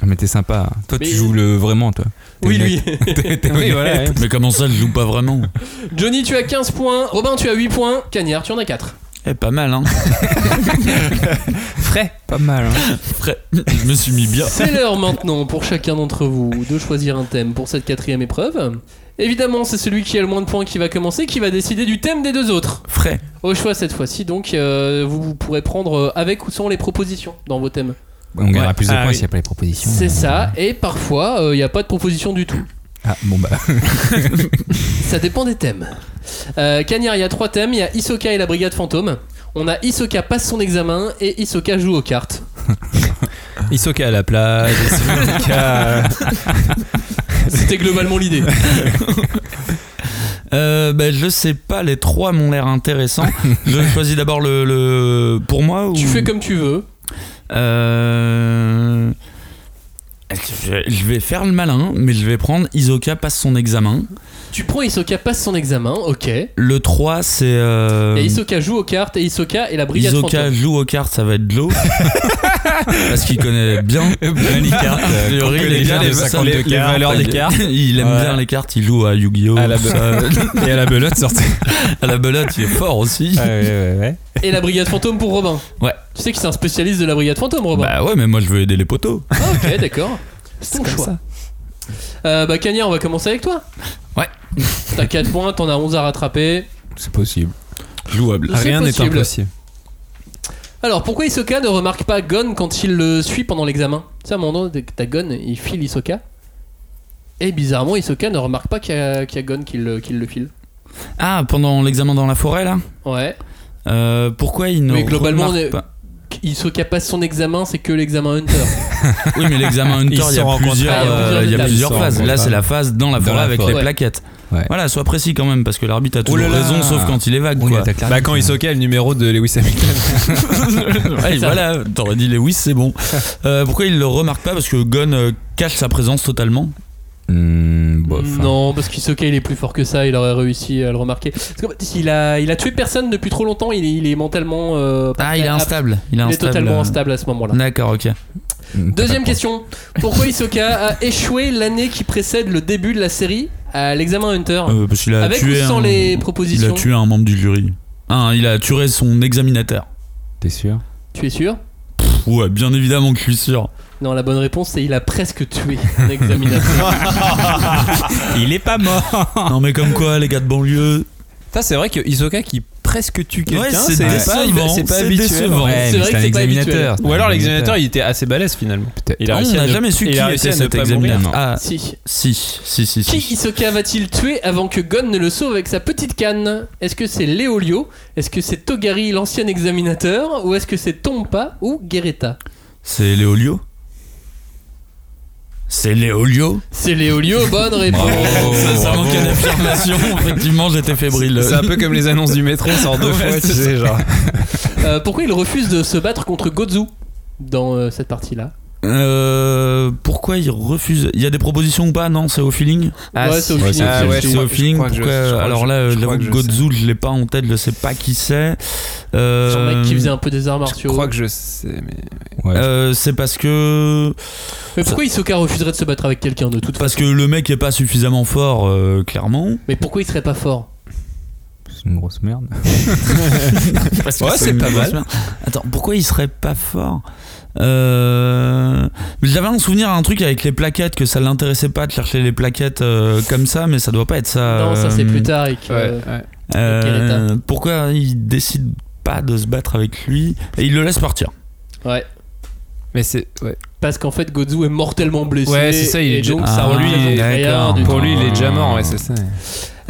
B: Ah, mais t'es sympa, hein. toi
A: Mais-
B: tu joues le vraiment, toi. T'es
A: Oui, lui.
B: honnête. T'es- t'es
C: Oui,
B: honnête.
C: voilà. ouais.
D: Eh, Mais comment ça, je joue pas vraiment
A: Johnny, tu as 15 points. Robin, tu as 8 points. Cagnard, tu en as 4.
D: Eh, pas mal, hein.
C: Frais.
B: Pas mal. hein.
D: Après, je me suis mis bien.
A: C'est l'heure maintenant pour chacun d'entre vous de choisir un thème pour cette quatrième épreuve. Évidemment, c'est celui qui a le moins de points qui va commencer, qui va décider du thème des deux autres.
D: Frais.
A: Au choix cette fois-ci, donc, euh, vous, vous pourrez prendre euh, avec ou sans les propositions dans vos thèmes.
B: On gagnera plus de
C: Ah,
B: points
C: oui.
B: s'il n'y a pas les propositions.
A: C'est ça, et parfois, il n'y a pas de proposition du tout.
B: Ah, bon bah.
A: Ça dépend des thèmes. Euh, Cagnard, il y a trois thèmes. Il y a Isoka et la brigade fantôme. On a Isoka passe son examen et Isoka joue aux cartes.
C: Isoka à la plage. Isoka.
A: C'était globalement l'idée.
D: Euh, ben, je sais pas, les trois m'ont l'air intéressants. je choisis d'abord le, le- Pour moi ou.
A: tu fais comme tu veux.
D: Euh, Je je vais faire le malin, mais je vais prendre Isoka passe son examen.
A: Tu prends Isoka passe son examen, ok. Et
D: Le 3, c'est. euh,
A: Isoka joue aux cartes et Isoka et la brigade
D: Isoka
A: fantôme.
D: joue aux cartes, ça va être Joe. Parce qu'il connaît bien
B: Bien les cartes,
D: A priori,
B: qu'on connaît
D: les
B: bien
D: cartes
B: les
D: de
B: va-
D: 52
B: les- les
D: cartes.
B: valeurs des
D: Il-
B: cartes.
D: Il aime
B: Ouais.
D: bien les cartes, il joue à Yu-Gi-Oh!
B: À la
D: tout ça.
B: Et à la belote sortie.
D: à la belote, il est fort aussi.
B: Ah, ouais, ouais, ouais.
A: Et la brigade fantôme pour Robin.
D: Ouais.
A: Tu sais que c'est un spécialiste de la brigade fantôme, Robin.
D: Bah ouais, mais moi je veux aider les poteaux.
A: Ah, ok, d'accord. C'est ton choix. Euh, bah, Cagnard, on va commencer avec toi.
D: Ouais.
A: T'as 4 points, t'en as 11 à rattraper.
B: C'est possible.
D: Jouable.
A: C'est
C: Rien n'est
A: possible.
C: impossible.
A: Alors pourquoi Isoka ne remarque pas Gon quand il le suit pendant l'examen Tu sais, à un moment donné, t'as Gon, il file Isoka. Et bizarrement, Isoka ne remarque pas qu'il y, a- qu'il y a Gon qui le, qui le file.
D: Ah, pendant l'examen dans la forêt là
A: Ouais.
D: Euh, Pourquoi il ne.
A: Mais globalement,
D: remarque
A: on est-
D: pas
A: Isoka passe son examen, c'est que l'examen Hunter.
D: Oui, mais l'examen Hunter,
B: Ils
D: il y
B: se
D: a
B: rencontrent
D: plusieurs,
A: pas, il y a
D: euh,
A: plusieurs
D: il y a
A: étapes.
D: plusieurs
B: Ils se
D: phases.
B: rencontrent
D: Là,
B: pas.
D: c'est la phase dans la
B: Dans
D: forêt
B: la
D: avec
B: forêt.
D: les
A: Ouais.
D: plaquettes.
B: Ouais.
D: Voilà, sois précis quand même, parce que l'arbitre a
B: Oh
D: toujours
B: là là.
D: raison, sauf quand il est vague.
B: On
D: quoi.
B: est à
C: Bah, quand Isoka est le numéro de Lewis Hamilton.
D: Ouais, voilà, t'aurais dit Lewis, c'est bon. Euh, pourquoi il le remarque pas Parce que Gon euh, cache sa présence totalement.
B: Hmm, bof, hein.
A: non, parce qu'Isoka il est plus fort que ça, il aurait réussi à le remarquer. Parce qu'en fait, il, a, il a tué personne depuis trop longtemps, il est, il est mentalement... euh, pas
D: Ah,
A: très
D: il est
A: apte.
D: instable. Il est,
A: Il est
D: instable.
A: totalement
D: euh.
A: instable à ce moment-là.
D: D'accord, ok.
A: Deuxième question. Pourquoi Isoka a échoué l'année qui précède le début de la série à l'examen Hunter
D: Euh, parce qu'il a
A: Avec
D: tué
A: ou sans
D: un-
A: les
D: Il a
A: propositions
D: tué un membre du jury. Ah, il a tué son examinateur.
B: T'es sûr
A: Tu es sûr
D: Pff, ouais, bien évidemment que je suis sûr.
A: Non, la bonne réponse c'est il a presque tué un examinateur.
B: Il est pas mort
D: Ah. Non, mais comme quoi, les gars de banlieue.
C: Ça, c'est vrai que Isoka qui presque tue quelqu'un.
D: Ouais, c'est
C: pas-
D: décevant,
C: c'est pas
D: c'est
C: habituel.
D: décevant.
A: Ouais,
B: Ouais,
A: c'est
B: mais
A: vrai
B: c'est
A: que
B: un
A: c'est pas
B: examinateur.
A: habituel.
C: Ou alors l'examinateur, Ah, il était assez balèze finalement. Il a
D: on
C: réussi à
D: n'a
C: ne-
D: jamais su
C: il a
D: qui
C: réussi à
D: était
C: ne
D: cet
C: pas mourir.
D: examinateur. Ah,
A: Si.
D: si, si, si,
A: Qui
D: si.
A: Hisoka va-t-il tuer avant que Gon ne le sauve avec sa petite canne Est-ce que c'est Léolio Est-ce que c'est Togari, l'ancien examinateur Ou est-ce que c'est Tompa ou Guerreta
D: C'est Léolio C'est Léolio
A: C'est Léolio, bonne réponse
D: Ça, ça
B: bravo.
D: manque une affirmation, Oh, effectivement, j'étais fébrile.
C: C'est un peu comme les annonces du métro, ça en deux fois, tu sais, genre.
A: Euh, Pourquoi il refuse de se battre contre Gozu dans euh, cette partie-là
D: Euh, pourquoi il refuse Il y a des propositions ou pas Non, c'est au feeling
A: Ouais, c'est au
C: si.
A: feeling,
C: Ah ouais,
A: je
D: C'est
A: crois-
D: au feeling.
C: je crois que je-
D: Pourquoi
C: je crois que
D: Alors
C: je-
D: là,
C: je crois
D: j'avoue
C: que
D: que
C: je
D: Godzoul, je l'ai pas en tête, je sais pas qui c'est.
A: C'est un mec qui faisait un peu des arts
C: Euh, Je
A: martiaux.
C: crois que je sais, mais.
D: Euh, c'est parce que
A: Mais pourquoi Hisoka refuserait de se battre avec quelqu'un de toute façon
D: parce que le mec est pas suffisamment fort euh, clairement.
A: Mais pourquoi il serait pas fort
B: C'est une grosse merde.
D: ouais, c'est pas mal. Attends, pourquoi il serait pas fort euh... mais J'avais un souvenir un truc avec les plaquettes que ça l'intéressait pas de chercher les plaquettes euh, comme ça, mais ça doit pas être ça.
A: Non, ça c'est
D: euh,
A: plus tard. et que-
C: Ouais, ouais.
D: euh,
A: Quel état
D: pourquoi il décide pas de se battre avec lui et il le laisse partir
A: Ouais.
C: Mais c'est. Ouais.
A: Parce qu'en fait, Gozu est mortellement blessé.
C: Ouais, c'est ça, il est
A: et
C: déjà-
A: donc,
D: Ah,
A: ça représente
D: lui, il est-
A: rien
D: d'accord.
A: du
C: Pour
A: tout.
C: lui, il est déjà mort, ouais, c'est ça.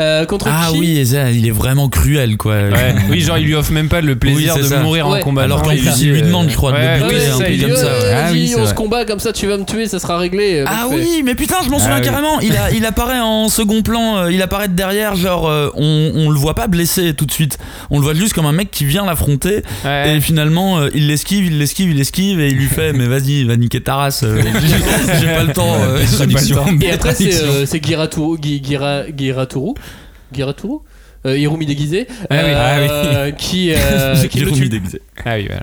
A: Euh, contre
D: Ah
A: qui
D: oui, et ça, il est vraiment cruel quoi.
C: Ouais. Oui, genre, il lui offre même pas le plaisir
D: Oui,
C: de
D: c'est ça.
C: mourir
A: Ouais.
C: en combat.
D: Alors
C: Genre,
D: qu'il lui
C: euh,
D: demande, je crois, de
C: ouais,
D: le
A: Ah Ouais,
D: buter,
C: ouais,
D: un
A: ça,
D: truc
A: il
D: comme
A: dit,
D: ça,
A: ouais,
D: ouais.
A: vas-y,
C: Ah oui, c'est
A: on se
C: vrai.
A: combat comme ça, tu vas me tuer, ça sera réglé.
D: Ah
A: Mec fait,
D: oui, mais putain, je m'en souviens
B: oui.
D: carrément. Il, a, il apparaît en second plan, euh, il apparaît de derrière, genre euh, on, on le voit pas blessé tout de suite. On le voit juste comme un mec qui vient l'affronter
C: Ouais.
D: et finalement euh, il l'esquive, il l'esquive, il l'esquive et il lui fait Mais vas-y, va niquer ta race, euh, j'ai j'ai pas le temps. euh, j'ai pas le temps.
A: Et après, c'est euh, c'est Giraturu. Gi- Gira- Giraturu Giraturu Euh, Hirumi déguisé.
C: Ah oui,
A: euh, Qui, euh, qui le tue.
C: Ah oui, voilà.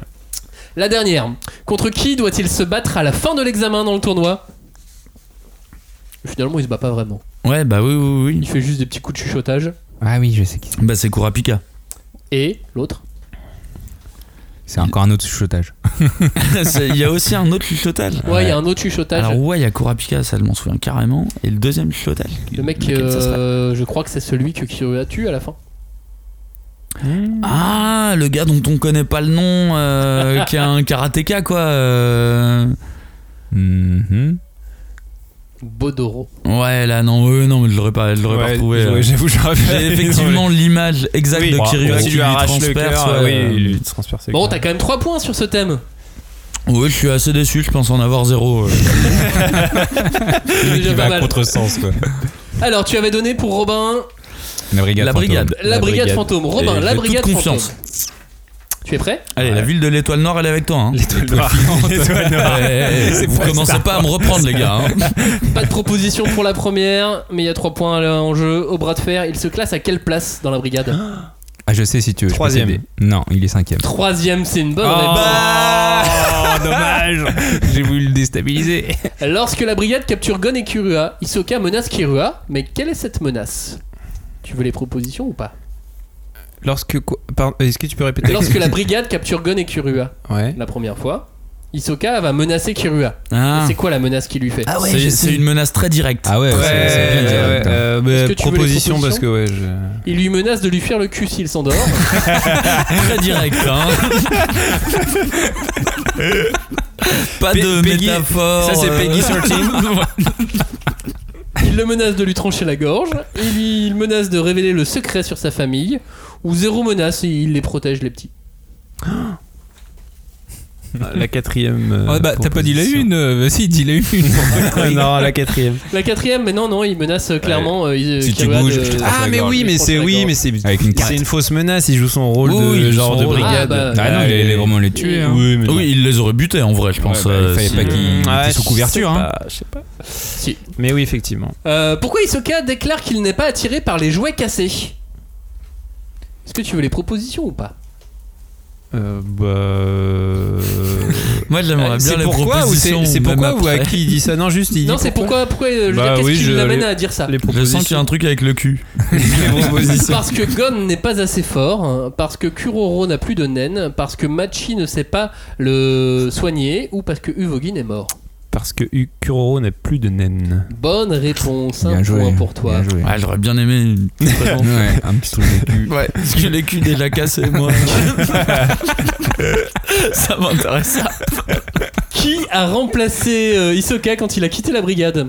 A: La dernière. Contre qui doit-il se battre à la fin de l'examen dans le tournoi Finalement, il se bat pas vraiment.
D: Ouais, bah oui, oui,
A: Il fait juste des petits coups de chuchotage.
B: Ah oui, je sais qui c'est.
D: oui. Bah c'est Kurapika.
A: Et l'autre
B: C'est encore un autre chuchotage.
D: C'est- Il y a aussi un autre chuchotage.
A: Ouais, il y a un autre chuchotage.
D: Alors ouais, il y a Kurapika, ça je m'en souviens carrément. Et le deuxième chuchotage.
A: le mec,
D: lequel ça serait
A: euh, je crois que c'est celui que Kiyoya tue à la fin.
D: Ah, le gars dont on connaît pas le nom, euh, qui est un karatéka, quoi. euh.
B: Mhm.
A: Bodoro.
D: Ouais, là, non, euh, non, mais je l'aurais pas, je l'aurais pas
C: Ouais,
D: retrouvé.
C: j'avoue,
D: euh.
C: J'avoue, j'aurais fait.
D: J'ai effectivement l'image exacte
C: Oui,
D: de
C: bah,
D: Kiryu
C: quand
D: qui
C: il
D: lui
C: lui arrache le
D: transperce, euh,
C: cœur,
D: ouais.
C: oui, euh, il lui transperce le
A: Bon,
C: cœur.
A: t'as quand même 3 points sur ce thème.
D: Ouais, je suis assez déçu, je pense en avoir zéro. euh.
A: C'est déjà pas
B: Il va à
A: mal.
B: contresens, quoi.
A: Alors, tu avais donné pour Robin
B: La brigade.
D: La
B: fantôme.
D: brigade.
A: la, brigade, fantôme. Robin,
D: Et
A: la
D: j'ai toute
A: brigade fantôme.
D: confiance.
A: Tu es prêt
D: Allez, la ville de l'étoile noire, elle est avec toi. Hein.
C: L'étoile noire. L'étoile noire.
D: Ouais,
C: C'est
D: vous
C: pas
D: commencez
C: Star
D: pas à me reprendre, les gars. hein.
A: Pas de proposition pour la première, mais il y a 3 points là, en jeu. Au bras de fer, il se classe à quelle place dans la brigade
B: Ah, je sais si tu veux. je peux
C: Troisième.
B: t'aider. Non, il est cinquième.
A: Troisième, c'est une bonne
C: Oh,
A: réponse.
D: Ah.
C: dommage. J'ai voulu le déstabiliser.
A: Lorsque la brigade capture Gon et Kirua, Hisoka menace Kirua, mais quelle est cette menace Tu veux les propositions ou pas
C: Lorsque quoi Pardon, Est-ce que tu peux répéter
A: Lorsque la brigade capture Gon et Kirua
C: Ouais.
A: la première fois, Hisoka va menacer Kirua.
D: Ah,
A: C'est quoi la menace qu'il lui fait
D: c'est- c'est une menace très directe.
B: Ah ouais,
C: Ouais,
B: c'est- c'est bien direct, hein.
C: euh, bah,
A: Est-ce que tu veux les
C: proposition parce
A: propositions
C: que ouais, je...
A: Il lui menace de lui faire le cul s'il s'endort.
D: Très directe. Hein. pas
C: Pe-
D: de
C: Peggy-
D: métaphore.
C: ça c'est
D: euh,
C: Peggy 13.
A: Il le menace de lui trancher la gorge. Il, il menace de révéler le secret sur sa famille. Ou zéro menace, et il les protège les petits.
C: la quatrième. euh,
D: Ah,
B: Ouais, bah, t'as pas dit la
C: proposition.
B: une euh, bah, Si, dis la une.
C: non, la quatrième.
A: La quatrième, mais non, non, il menace euh, clairement. euh, il-
B: Si tu
A: Kirua
B: bouges,
A: de-
B: je te trace
C: Ah mais oui, mais c'est oui, mais c'est
B: Avec une carte.
C: c'est une fausse menace. Il joue son rôle
D: Oui,
C: de
D: oui,
C: genre
D: son
C: de
D: rôle.
A: Ah,
C: brigade.
A: bah,
B: Ah non, il allait vraiment les tuer. hein.
C: Oui, mais
D: Oui, il les aurait butés en vrai, je pense.
B: Ouais, bah,
D: euh,
B: il fallait
D: si-
B: pas qu'il
C: Ouais,
B: était sous
C: je
B: couverture.
C: sais
B: hein.
C: pas, je sais pas.
A: Si.
C: Mais oui, effectivement.
A: Euh, pourquoi Hisoka déclare qu'il n'est pas attiré par les jouets cassés Est-ce que tu veux les propositions ou pas
C: Euh, bah, euh,
D: Moi, j'aimerais bien
C: c'est
D: les
C: pourquoi ou
D: propositions.
C: c'est c'est
D: même
C: pourquoi ou à
D: après.
C: qui il dit ça Non, juste il
A: Non,
C: dit
A: c'est pourquoi, pourquoi euh, je veux
C: Bah
A: dire, qu'est-ce
C: oui,
A: qui
C: je-
A: l'amène
C: les-
A: à dire ça
C: les
D: Je sens qu'il
C: propositions.
D: y a un truc avec le cul.
C: Les propositions.
A: Parce que Gon n'est pas assez fort, hein, parce que Kuroro n'a plus de naine, parce que Machi ne sait pas le soigner, ou parce que Uvogi est mort.
C: Parce que U- Kuroro n'a plus de naine.
A: Bonne réponse,
B: Bien
A: un
B: joué.
A: point pour toi.
B: Bien joué.
D: Ouais, j'aurais bien aimé une...
B: Ouais, un petit truc de cul.
D: Ouais, parce que les culs déjà cassés, moi. ça m'intéresse.
A: Qui a remplacé euh, Hisoka quand il a quitté la brigade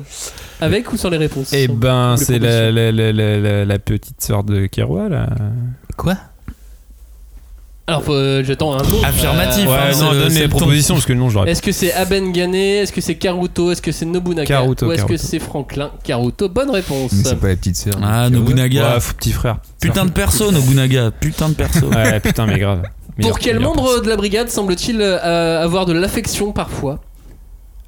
A: Avec ou sans les réponses
C: Eh ben,
A: Sans-
C: c'est
A: les
C: la, la, la, la, la- la petite sœur de Kirwa, là.
B: Quoi
A: Alors, faut, euh, j'attends un nom.
D: Affirmatif.
A: Euh,
D: Ouais,
C: ouais,
D: c'est
C: non,
D: le-
C: donne
D: c'est
C: les
D: le ton-
C: propositions, parce que le nom, je l'aurais
A: Est-ce que c'est Abengane Est-ce que c'est Karuto Est-ce que c'est Nobunaga
C: Karuto,
A: Ou est-ce que
C: Karuto.
A: c'est Franklin Karuto Bonne réponse.
B: Mais c'est pas la petite sœur.
D: Ah,
C: pas.
D: Nobunaga.
C: Ouais, fou petit frère.
D: Putain de perso, Nobunaga. Putain de perso.
C: Ouais, putain, mais grave. Meilleur-
A: Pour quel
C: meilleur perso.
A: membre de la brigade semble-t-il euh, avoir de l'affection parfois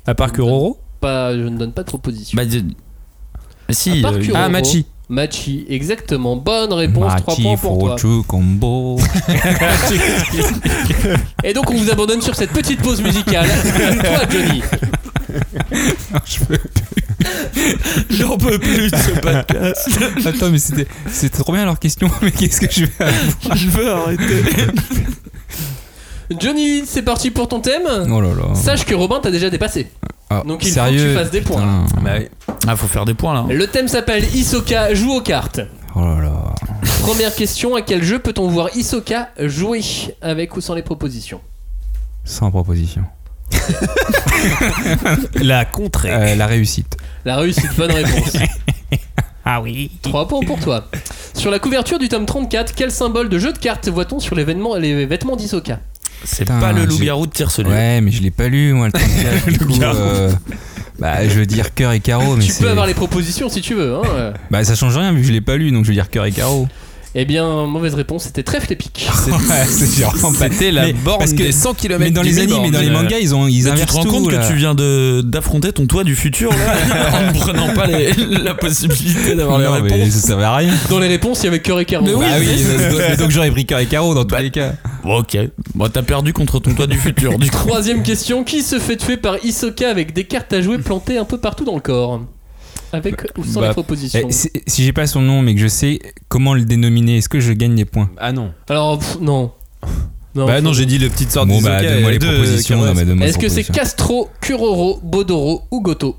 C: À part Kuroro
A: pas, Je ne donne pas de proposition.
D: Bah, dis- Mais si,
A: À part
D: euh,
A: Kuro.
C: Ah, Machi.
A: Machi, exactement. Bonne réponse, 3
B: Machi,
A: points pour toi.
B: Furochu, combo.
A: Et donc on vous abandonne sur cette petite pause musicale. toi Johnny.
D: j'en peux plus de ce podcast.
B: Attends, mais c'était c'était trop bien leur question. Mais qu'est-ce que je vais.
D: Je veux arrêter.
A: Johnny, c'est parti pour ton thème.
B: Oh là là.
A: Sache que Robin t'a déjà dépassé.
B: Ah,
A: Donc il faut
B: sérieux,
A: que tu fasses des points.
B: putain.
D: Ah, faut faire des points là.
A: Le thème s'appelle Isoka joue aux cartes.
B: Oh là là.
A: Première question, à quel jeu peut-on voir Isoka jouer avec ou sans les propositions
B: Sans proposition.
C: La contrée.
D: Ah,
B: Euh, la réussite.
A: La réussite, bonne réponse.
B: Ah oui.
A: 3 points pour toi. Sur la couverture du tome 34, quel symbole de jeu de cartes voit-on sur les vêtements, les vêtements d'Isoka
D: C'est
B: Putain,
D: pas le
B: j'ai-
D: loup-garou de tire celui
B: Ouais, mais je l'ai pas lu, moi, le 34, du coup, euh, Bah, je veux dire cœur et carreau, mais
A: Tu
B: c'est.
A: peux avoir les propositions si tu veux. Hein. euh.
B: Bah, ça change rien, vu que je l'ai pas lu, donc je veux dire cœur et carreau.
A: Eh bien, mauvaise réponse, c'était trèfle épique.
B: Ouais, c'est vraiment pas-
C: C'était la
B: Mais
C: borne
B: parce que-
C: des euh, 100 km
B: Mais dans les animes et dans les mangas, ils, ont, ils
D: Mais tu te
B: inversent
D: rends
B: tout,
D: compte
B: là.
D: que tu viens de d'affronter ton toit du futur là, en ne prenant pas les- la possibilité d'avoir les
B: Non, mais
D: réponses.
B: ça servait à rien.
A: Dans les réponses, il y avait cœur et carreau.
D: Mais oui,
B: Ah oui, ça se doit- mais donc j'aurais pris cœur et carreau dans tous
D: Bah,
B: les cas.
D: Bon, ok, bon, t'as perdu contre ton toit du futur du coup.
A: Troisième question, qui se fait tuer par Isoka avec des cartes à jouer plantées un peu partout dans le corps Avec ou sans
B: Bah,
A: les propositions
B: Eh, si si j'ai pas son nom, mais que je sais comment le dénominer, est-ce que je gagne des points
C: Ah non.
A: Alors, pff, non. Non.
C: Bah non, j'ai dit le petite sort
B: Bon,
C: de
B: bah,
C: Isoka
B: donne-moi
C: et
B: les
C: de
B: propositions.
C: Kirwa.
B: non, mais donne-moi les
A: Est-ce que c'est
B: propositions.
A: Castro, Kuroro, Bodoro ou Goto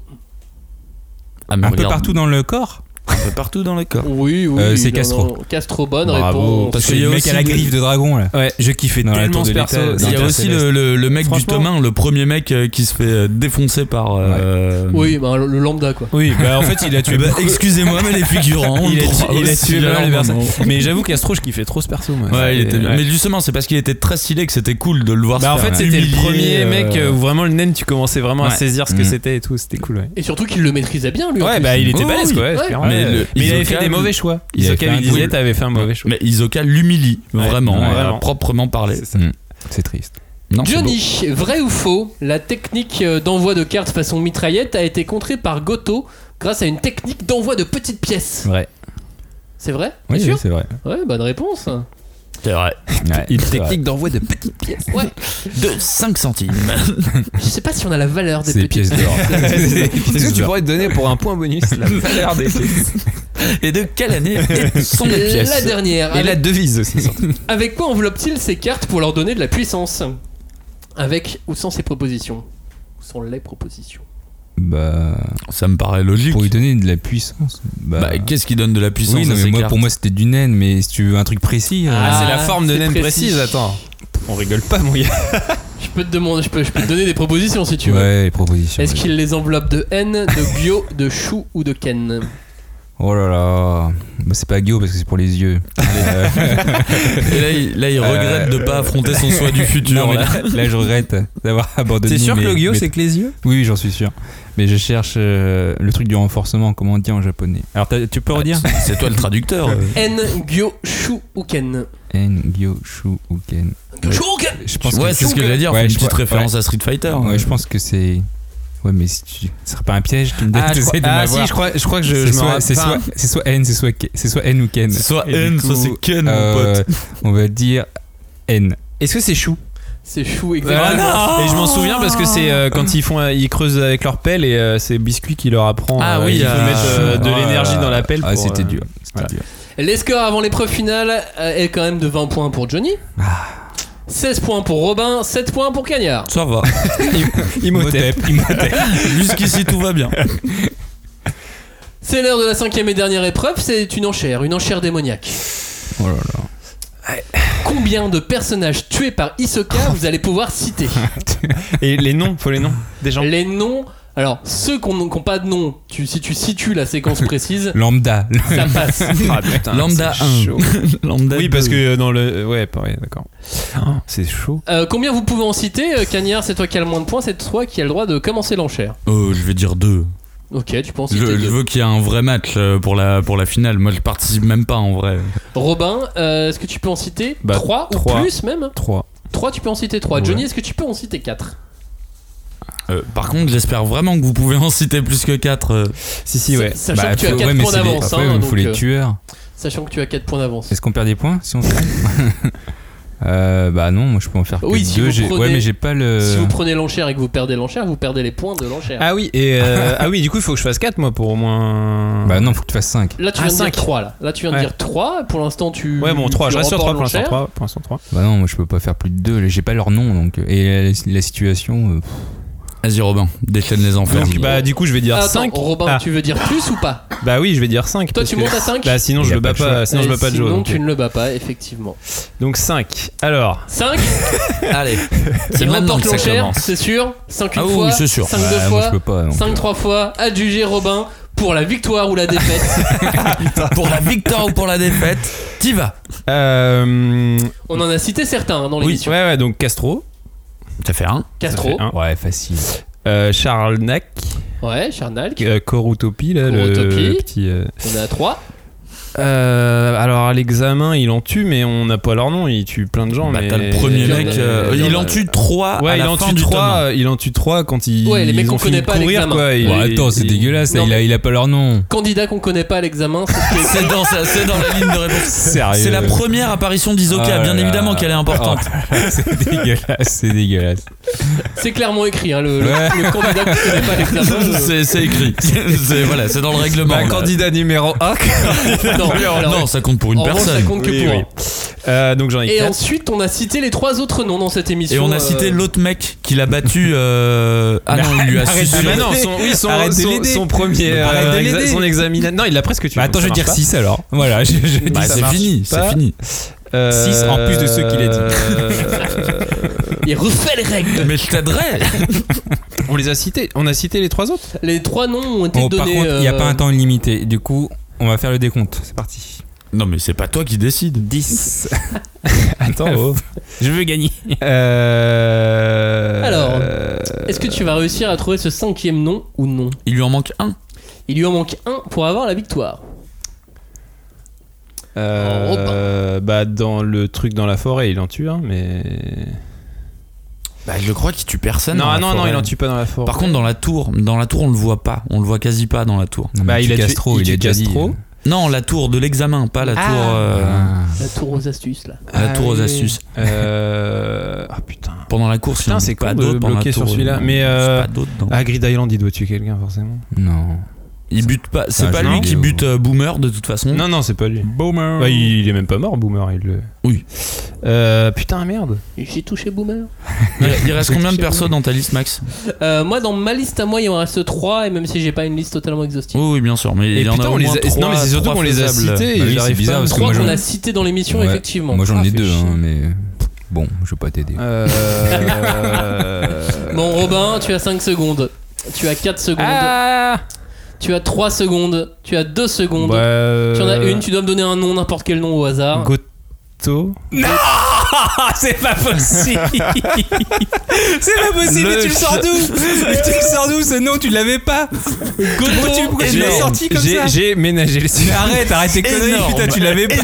D: Ah, mais
B: Un peu
D: regarde,
B: partout dans le corps
D: un peu partout dans le corps.
A: Oui, oui.
B: Euh, c'est
A: non,
B: Castro.
A: non, Castro, bonne réponse.
B: Parce que le mec à la griffe de dragon, là.
C: Ouais, je kiffais
B: Dans la
C: tellement
B: tour de
C: ce perso.
B: l'État,
D: Il y a aussi le, le- le mec du
C: Franchement-
D: tome 1, le premier mec euh, qui se fait euh, défoncer par. euh,
A: Oui, bah, le, le lambda quoi.
C: Oui, bah en fait, il a tué.
D: Bah,
C: beaucoup-
D: Excusez-moi, mais les figurants. on
C: il, a tué,
D: le prend
B: Oh,
C: il a
D: aussi
C: tué pas mal
D: là,
C: de personnes.
D: vraiment.
C: Mais j'avoue qu'Astro, je kiffais trop ce perso. Moi.
D: Ouais, il était-
C: Ouais.
D: Mais justement, c'est parce qu'il était très stylé que c'était cool de le voir.
C: Bah, en
D: se faire
C: fait, c'était le
D: humilier,
C: premier
D: euh,
C: mec euh, où vraiment le naine, tu commençais vraiment à
D: Ouais.
C: saisir ce que
B: Mm.
C: c'était et tout. C'était cool, ouais.
A: Et surtout qu'il le maîtrisait bien lui. en
C: Ouais,
A: plus.
C: bah il était
D: Oh,
C: balèze,
D: oui.
C: quoi.
A: Ouais.
C: c'est clair.
D: Mais
C: Ouais.
D: le-
C: Mais il avait
D: Isoka,
C: fait des mauvais choix.
B: il avait
C: Isoka
B: fait un
C: lui disait,
B: cool-
C: t'avais fait un mauvais choix.
D: Mais Isoka l'humilie,
C: Ouais.
D: vraiment,
C: Ouais,
D: euh,
C: vraiment.
D: à proprement parlé.
C: Mm.
B: C'est triste.
D: Non, c'est beau.
A: Johnny, vrai ou faux, la technique euh, d'envoi de cartes façon mitraillette a été contrée par Goto grâce à une technique d'envoi de petites pièces.
B: Vrai.
A: C'est vrai
B: Oui,
A: T'es
B: oui,
A: sûr
B: c'est vrai.
A: Ouais, bonne réponse.
D: C'est vrai.
B: Ouais,
C: Une
B: c'est vrai.
C: technique d'envoi de petits.
A: Ouais,
D: De 5 centimes.
A: je sais pas si on a la valeur des
B: C'est des
A: pépites.
B: pièces d'or. C'est des
C: Est-ce
B: pièces
C: que tu
B: d'or.
C: pourrais te donner pour un point bonus la valeur des
D: Et de quelle année sont les pièces
A: La dernière.
C: Et
A: avec,
C: la devise aussi. surtout.
A: avec quoi enveloppe-t-il ces cartes pour leur donner de la puissance Avec ou sans ces propositions Ou sans les propositions
B: Bah,
D: Ça me paraît logique.
B: pour lui donner de la puissance. Bah,
D: Bah, qu'est-ce qui donne de la puissance
B: oui, non,
D: à
B: mais
D: ces
B: moi,
D: cartes
B: pour moi, c'était du naine, mais si tu veux un truc précis. euh,
C: Ah, c'est la
A: Ah,
C: forme de
A: c'est
C: naine
A: précis.
C: précise, attends. On rigole pas, mon gars.
A: Je peux te demander, je peux, je peux te donner des propositions si tu veux.
B: ouais, les propositions.
A: Est-ce
B: vas-y.
A: qu'il les enveloppe de N, de Bio, de Chou ou de Ken
B: Oh là là. Bah, c'est pas Guillaume parce que c'est pour les yeux. Euh,
D: Et là, il, là, il regrette de pas affronter son soi du futur.
B: non, mais
D: là.
B: là, là, je regrette d'avoir abandonné.
C: T'es sûr que
B: mais-
C: le Gyo,
B: mais-
C: c'est que les yeux
B: Oui, oui, j'en suis sûr. Mais je cherche euh, le truc du renforcement, comment on dit en japonais. Alors, t'as- tu peux redire
D: C'est toi le traducteur. euh.
A: N, Gyo, Chou ou Ken
B: En Gyo Shu Uken.
A: Chou ou Ken
B: Je pense
D: Ouais, c'est ce que j'allais dire.
B: Ouais,
D: une
B: je
D: petite
B: crois-
D: référence à Street Fighter.
B: Ouais, je pense que c'est. Ouais, mais si tu. Ce serait pas un piège, tu me donnes
C: Ah, je
B: t'essayes
C: crois-
B: de
C: ah,
B: m'avoir.
C: si, je crois, je crois que je,
B: C'est
C: je me
B: soit,
C: rappelle.
B: c'est soit, c'est soit N, c'est soit, Ke- c'est soit N ou Ken.
D: C'est soit
B: Et du
D: N, soit
B: coup,
D: c'est Ken, mon
B: euh, On va dire N.
C: Est-ce que c'est chou
A: C'est Chou,
C: Voilà.
A: exactement.
C: Et je m'en souviens parce que c'est euh, quand ils font, euh, ils creusent avec leur pelle et euh, c'est Biscuit qui leur apprend.
D: Ah
C: euh,
D: oui,
C: il faut
D: euh,
C: mettre euh, de
B: Ah,
C: l'énergie dans la pelle.
B: Ah,
C: pour,
B: c'était
C: euh,
B: dur.
C: voilà.
B: C'était dur.
A: Les scores avant l'épreuve finale euh, est quand même de 20 points pour Johnny. 16 points pour Robin, 7 points pour Cagnard.
D: Ça va.
B: Imhotep. Imhotep.
D: Jusqu'ici, tout va bien.
A: C'est l'heure de la cinquième et dernière épreuve, c'est une enchère, une enchère démoniaque.
B: Oh là là.
A: Combien de personnages tués par Isoka vous allez pouvoir citer
C: Et les noms, faut les noms des gens.
A: Les noms. Alors, ceux qui n'ont pas de nom, tu, si tu situes la séquence précise,
B: Lambda.
A: ça passe.
C: Ah, putain,
D: Lambda
C: c'est
D: 1.
C: chaud.
D: Lambda
C: Oui, parce
D: deux.
C: que euh, dans le. Ouais, pareil, d'accord. Ah, c'est chaud.
A: Euh, combien vous pouvez en citer Euh, Cagnard, c'est toi qui as le moins de points, c'est toi qui as le droit de commencer l'enchère.
D: Euh, je vais dire 2.
A: Ok, tu penses
D: Je,
A: citer
D: je
A: deux.
D: veux qu'il y ait un vrai match euh, pour la, pour la finale. Moi, je participe même pas en vrai.
A: Robin, euh, est-ce que tu peux en citer
C: Bah,
A: 3 ou
C: trois.
A: plus même
C: 3.
A: 3, tu peux en citer 3.
C: Ouais.
A: Johnny, est-ce que tu peux en citer 4
D: Euh, par contre, j'espère vraiment que vous pouvez en citer plus que euh. 4.
B: Si, si, ouais.
A: Sachant que tu as
B: Bah, faut-
A: quatre
B: ouais, mais
A: points
B: c'est les-
A: d'avance,
B: après,
A: hein,
B: il
A: donc,
B: faut les
A: euh,
B: tueurs.
A: Sachant que tu as 4 points d'avance.
B: Est-ce qu'on perd des points si on se trompe Euh, bah non, moi je peux en faire que
A: Oui, si
B: deux.
A: vous
B: j'ai-
A: prenez-
B: Ouais, mais j'ai pas le.
A: Si vous prenez l'enchère et que vous perdez l'enchère, vous perdez les points de l'enchère.
C: Euh, Ah oui, et. euh, ah oui, du coup, il faut que je fasse 4 moi pour au moins.
B: Bah non, faut que tu fasses 5.
A: Là, tu
C: Ah,
A: viens de dire
C: cinq.
A: 3. Là. là, tu viens de
C: Ouais.
A: dire 3. Pour l'instant, tu.
C: Ouais, bon, 3,
A: tu
C: je reste sur 3
A: remportes
C: pour l'instant.
A: l'enchère.
C: 3, pour l'instant 3.
B: Bah non, moi je peux pas faire plus de deux. J'ai pas leur nom donc. Et la, la situation. euh, pff.
D: Vas-y, Robin, déchaîne les enfers.
C: Donc, bah, du coup, je vais dire
A: Ah, Attends,
C: 5.
A: Robin,
C: Ah.
A: tu veux dire plus ou pas
C: Bah oui, je vais dire 5.
A: Toi, tu montes à 5
C: Bah sinon,
B: Il y
C: je
B: a
C: le
B: pas
C: bats
B: le choix.
C: pas. Sinon, je bats pas de Joe.
A: Sinon,
C: Donc,
A: tu ne le bats pas, effectivement.
C: donc 5. Alors.
A: 5
D: Allez,
A: Il
D: maintenant
A: remporte
D: que ça
A: l'enchère,
D: commence.
A: c'est sûr. 5 une
D: Ah oui,
A: fois,
D: oui, c'est sûr.
A: 5
B: ouais,
A: deux
B: bah, moi je peux
A: fois,
B: pas. donc,
A: 5 trois fois. Adjugé Robin pour la victoire ou la défaite.
D: pour la victoire ou pour la défaite, t'y vas.
C: Euh,
A: On en a cité certains hein, dans
C: oui,
A: l'émission.
C: ouais, ouais, donc Castro.
D: Ça fait 1.
A: Castro,
C: fait un.
B: Ouais, facile.
C: Euh, Charnac.
A: ouais, Charnal,
C: euh, Corutopie, là,
A: Corutopie.
C: le petit. euh,
A: on est à 3.
C: Euh, alors à l'examen, il en tue, mais on n'a pas leur nom. Il tue plein de gens.
D: Bah,
C: mais...
D: t'as le premier
A: Il y en a-
D: mec. euh,
A: il y en a-
D: il en tue 3.
C: euh, Ouais,
D: à
C: il
D: la
C: en
D: fin
C: tue
D: du tome.
C: trois. Il en tue trois quand il.
A: Ouais, les mecs
C: ils
A: qu'on
C: ont fini
A: connaît
C: de
A: pas à
C: courir,
A: l'examen.
C: quoi. Il-
B: Ouais, attends, c'est
C: il-
B: dégueulasse. là,
A: Non,
B: il, a,
A: mais-
B: il a pas leur nom.
A: Candidat qu'on connaît pas à l'examen, c'est ce qui est-
D: C'est dans, sa- c'est dans la ligne de réponse.
C: Ah,
B: Sérieux.
D: C'est la première apparition d'Isoka,
B: Ah
D: bien
B: là
D: évidemment
B: là.
D: qu'elle est importante.
B: c'est dégueulasse. C'est dégueulasse.
A: c'est clairement écrit. hein, le, le-
B: Ouais.
A: le candidat qu'on connaît pas à l'examen. euh,
D: C'est c'est écrit. C'est voilà, c'est dans le règlement.
C: Bah,
D: là.
C: candidat numéro 1.
A: non, alors,
D: non, ça compte pour une
A: en revanche, ça
D: personne.
A: compte que pour un.
C: Euh, donc j'en ai
A: Et
C: quatre.
A: ensuite, on a cité les trois autres noms dans cette émission.
D: Et on
A: euh,
D: a cité l'autre mec qui l'a battu. euh, Ah non, il lui a
B: arrête,
C: Ah
D: susurré.
C: bah non, son, oui, son,
B: Arrête de
C: son,
B: l'aider.
C: son
A: Bah,
C: premier
B: Arrête de
C: euh, exa-
B: l'aider.
C: son examen. Non, il l'a presque tué.
B: Bah,
C: donc
B: attends,
C: ça
B: je vais dire
C: marche
B: 6 alors. Voilà, je, je
C: Bah,
B: dis
C: ça
D: c'est
C: marche
D: fini,
C: pas.
D: c'est fini.
C: pas. Euh,
B: Six en plus de ceux qu'il a dit.
C: euh,
A: Il refait les règles.
D: Mais je t'aiderais.
C: on les a cités. On a cité les trois autres.
A: Les trois noms ont été
B: Oh, par
A: donnés.
B: contre, il n'y a
A: euh,
B: pas un temps illimité. Du coup, on va faire le décompte. C'est parti.
D: Non, mais c'est pas toi qui décide.
B: 10.
C: Attends.
B: Je veux gagner.
C: Euh,
A: Alors,
C: euh,
A: Est-ce que tu vas réussir à trouver ce cinquième nom ou non
D: Il lui en manque un.
A: Il lui en manque un pour avoir la victoire.
C: Euh, bah dans le truc dans la forêt, il en tue hein, mais
D: Bah, je crois qu'il tue personne.
C: non
D: dans
C: ah,
D: la
C: non non,
D: forêt.
C: il en tue pas dans la forêt.
D: Par contre, dans la tour, dans la tour, on le voit pas. On le voit quasi pas dans la tour.
C: bah il a tué-
B: Castro,
C: il,
B: il,
C: tue
B: est déjà dit.
C: Castro.
D: Non, la tour de l'examen, pas la tour, euh,
B: Ah.
A: La tour aux astuces, là.
D: la
C: Ah
D: tour aux
C: oui.
D: astuces.
C: Euh... Ah putain.
D: Pendant la course,
C: Putain,
D: il y en a
C: c'est
D: pas
C: con de
D: d'autres pendant la
C: bloquer sur
D: tour,
C: celui-là.
D: il y en a-
C: Mais,
D: c'est
C: euh,
D: pas d'autres, non.
C: Ah Grid Island, il doit tuer quelqu'un forcément.
B: Non.
D: Il bute pas. C'est
B: Ah,
D: pas
B: je
D: lui
B: l'ai
D: qui
B: oublié,
D: bute euh, Boomer de toute façon.
C: Hmm. Non non, c'est pas lui.
B: Boomer.
C: Bah, il, il est même pas mort, Boomer. Il le.
D: Oui.
C: Euh, putain merde.
A: J'ai touché Boomer.
D: Il, il reste combien de personnes dans ta liste, Max
A: Euh, moi, dans ma liste à moi, il en reste trois. Et même si j'ai pas une liste totalement exhaustive.
D: Oui, oui, bien sûr. Mais
C: Et
D: il y en
C: putain,
D: a
C: on
D: au
C: les
D: moins
C: a-
D: trois,
C: non, mais c'est surtout
D: trois
C: qu'on les a
D: faisables.
C: cités et
B: Bah
C: ils
B: oui, c'est
C: arrivent
B: bizarre
C: pas à-
B: parce que
A: Trois
B: moi,
A: qu'on
B: je-
A: a cités dans l'émission,
B: Ouais.
A: effectivement.
B: Moi j'en ai
A: Ah,
B: deux,
A: fait
B: hein,
A: chier.
B: mais bon, je vais pas t'aider. hein.
C: Euh...
A: Bon, Robin, tu as 5 secondes. Tu as 4 secondes.
C: Ah
A: Tu as 3 secondes. Tu as 2 secondes.
C: Bah, euh,
A: Tu en as une, tu dois me donner un nom, n'importe quel nom au hasard.
C: Goto.
B: Ah, c'est pas possible C'est pas possible,
C: Le
B: mais tu le sors
C: ch-
B: d'où Mais Tu le sors d'où ce nom Tu l'avais pas Pourquoi tu, pourquoi tu l'as
C: Énorme.
B: sorti comme
C: J'ai-
B: ça
C: J'ai ménagé les
B: Mais arrête, arrête tes conneries,
D: Énorme.
B: putain, tu l'avais pas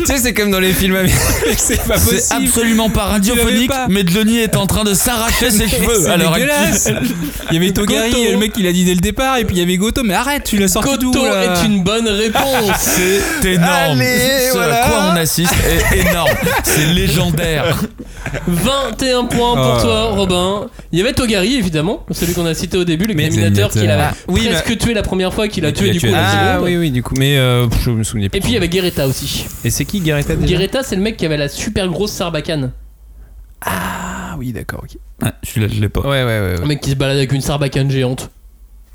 B: Tu sais, c'est comme dans les films américains, c'est pas
D: C'est
B: possible
D: absolument pas
B: l'avais
D: radiophonique,
B: pas.
D: mais Johnny est en train de s'arracher ses cheveux.
B: C'est
D: Alors,
B: dégueulasse Il y avait Togari,
A: Goto.
B: le mec il a dit dès le départ, et puis il y avait Goto, mais arrête, tu l'as sorti d'où
A: Goto
B: là
A: est une bonne réponse.
D: c'est énorme.
B: Allez,
D: Ce
B: voilà.
D: à quoi on assiste est énorme. C'est légendaire.
A: 21 points pour
B: Oh.
A: toi, Robin. Il y avait Togari, évidemment, celui qu'on a cité au début, l'examinateur qui l'a
B: l'examinateur.
C: oui,
A: presque tué la première fois, qu'il a
B: Il
A: tué
B: l'a
A: du coup.
B: tué.
A: la
C: Ah
A: seconde.
C: oui, oui, du coup. Mais euh, pff, je me souvenais pas.
A: Et puis il y avait Guerretta aussi.
C: Et c'est qui Garetta déjà
A: Guerretta, c'est le mec qui avait la super grosse sarbacane.
C: oui, d'accord, ok.
D: Ah, celui-là, je l'ai pas.
C: Ouais, ouais, ouais.
A: Un
C: Ouais,
A: mec qui se balade avec une sarbacane géante.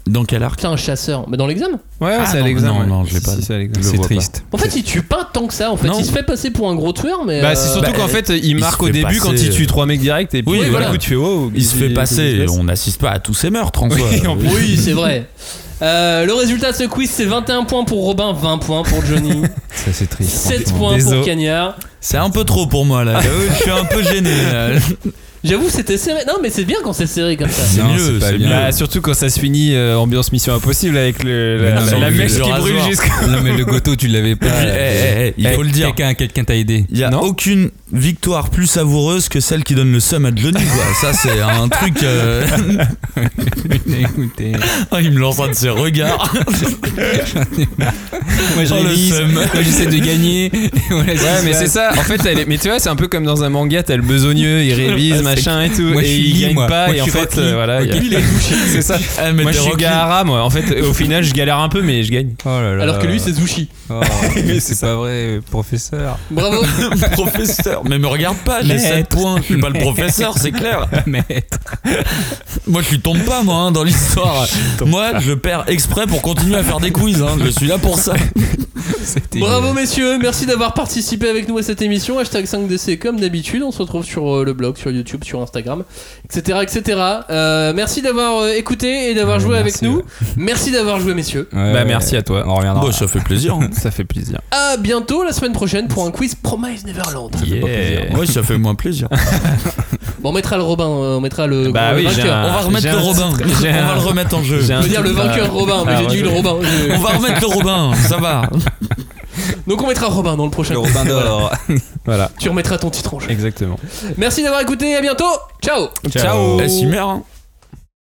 D: Dans quel arc
A: Putain, un chasseur. Mais dans l'examen
C: ouais,
D: Ah,
C: c'est
D: non,
C: à l'examen.
D: non,
C: ouais.
D: non, je l'ai
C: Si,
D: pas.
C: si, c'est à l'examen.
D: le
B: C'est
D: vois
B: triste.
A: En fait, il tue pas tant que ça. En fait,
D: Non.
A: il se fait passer pour un gros tueur, mais.
C: Bah,
A: euh,
C: c'est surtout
D: bah,
C: qu'en fait, il marque
D: se
C: au
D: fait
C: début
D: passer,
C: quand il tue trois mecs directs et puis
A: Oui,
C: du
A: voilà.
C: coup, tu fais oh.
D: Il se fait passer
C: qu'est-ce qui
D: et
C: se passe
D: on n'assiste pas à tous ces meurtres en soi.
C: Oui, en plus.
A: bah, Oui, c'est vrai. Euh, le résultat de ce quiz, c'est 21 points pour Robin, 20 points pour Johnny,
B: Ça, c'est triste.
A: 7
B: franchement.
A: points
B: Désolé.
A: pour Cagnard.
D: C'est un peu trop pour
C: Ah.
D: moi là. J'avoue, je suis un peu gêné. là.
A: J'avoue, c'était serré. Non, mais c'est bien quand c'est serré comme ça.
D: C'est
B: Non,
D: mieux,
B: c'est pas
D: c'est
B: bien.
D: mieux.
C: Bah, surtout quand ça se finit euh, ambiance Mission Impossible avec le, la,
B: Mais non,
C: la- la
B: mais
C: mèche
B: le
C: qui brûle
D: rasoir.
C: jusqu'à.
B: Non, mais le goto, tu l'avais
D: Et
B: pas.
D: puis, eh, eh, eh, il
B: Eh,
D: faut le dire.
B: Quelqu'un quelqu'un t'a aidé.
D: Il n'y a
C: Non
D: aucune victoire plus savoureuse que celle qui donne le seum à Johnny. Quoi. Ça, c'est un truc. euh,
B: Écoutez.
D: oh, il me lance un de ses regards.
B: Moi, je
D: Oh, le
B: révise.
D: seum.
B: Moi, j'essaie de gagner. Et voilà,
C: Ouais, mais c'est ça. En fait, elle est- mais tu vois, c'est un peu comme dans un manga, t'as le besogneux, il révise, machin et tout,
B: Moi, je
C: et
B: suis
C: il
B: Lee,
C: gagne
B: moi.
C: pas,
B: Moi,
C: et
B: je
C: en
B: suis
C: fait,
B: Rocky.
C: euh, voilà. il y a- c'est ça.
D: Ah, mais
C: Moi,
D: t'es
C: je suis
D: Rocky.
C: Gaara, moi. En fait, au final, je galère un peu, mais je gagne.
B: Oh là là.
A: Alors que lui, c'est Zushi.
B: Oh, mais c'est pas vrai, professeur.
A: Bravo.
D: professeur. Mais me regarde pas, j'ai
B: Maître.
D: 7 points. Je suis pas le professeur, c'est clair.
B: Maître.
D: Moi, je lui tombe pas, moi, hein, dans l'histoire. Moi, je perds exprès pour continuer à faire des quiz. hein. Je suis là pour ça.
B: C'était-
A: Bravo messieurs, merci d'avoir participé avec nous à cette émission. Hashtag 5DC comme d'habitude, on se retrouve sur euh, le blog, sur YouTube, sur Instagram, etc. etc. Euh, merci d'avoir euh, écouté et d'avoir
B: Ouais,
A: joué avec
B: merci,
A: nous.
B: ouais.
A: Merci d'avoir joué messieurs.
B: Ouais,
C: Bah,
B: ouais.
C: merci à toi.
B: On reviendra.
D: Bon, ça fait plaisir. hein.
C: Ça fait plaisir.
A: À bientôt la semaine prochaine pour un quiz Promise Neverland.
B: Ça fait pas plaisir.
D: Ouais, ça fait moins plaisir.
C: Ah,
A: Bon, on mettra le Robin, euh, on mettra le,
C: Bah
A: le
C: oui, j'ai
A: vainqueur.
C: un-
D: On va remettre
C: j'ai
D: le
C: un
D: Robin.
C: titre, j'ai
D: On va
C: un-
D: le remettre en jeu.
C: j'ai
A: On
C: un
A: peut dire le
C: titre, euh,
A: vainqueur Robin, mais
C: Ah,
A: j'ai
C: ouais,
A: dit le
C: je-
A: Robin.
D: On va remettre le Robin, ça va.
A: Donc on mettra Robin dans le prochain.
B: Le
A: quiz.
B: Robin
A: Voilà.
B: d'or.
C: Voilà,
A: Tu remettras ton titre en jeu.
C: exactement.
A: Merci d'avoir écouté, à bientôt. Ciao.
D: Eh, c'est merde, hein.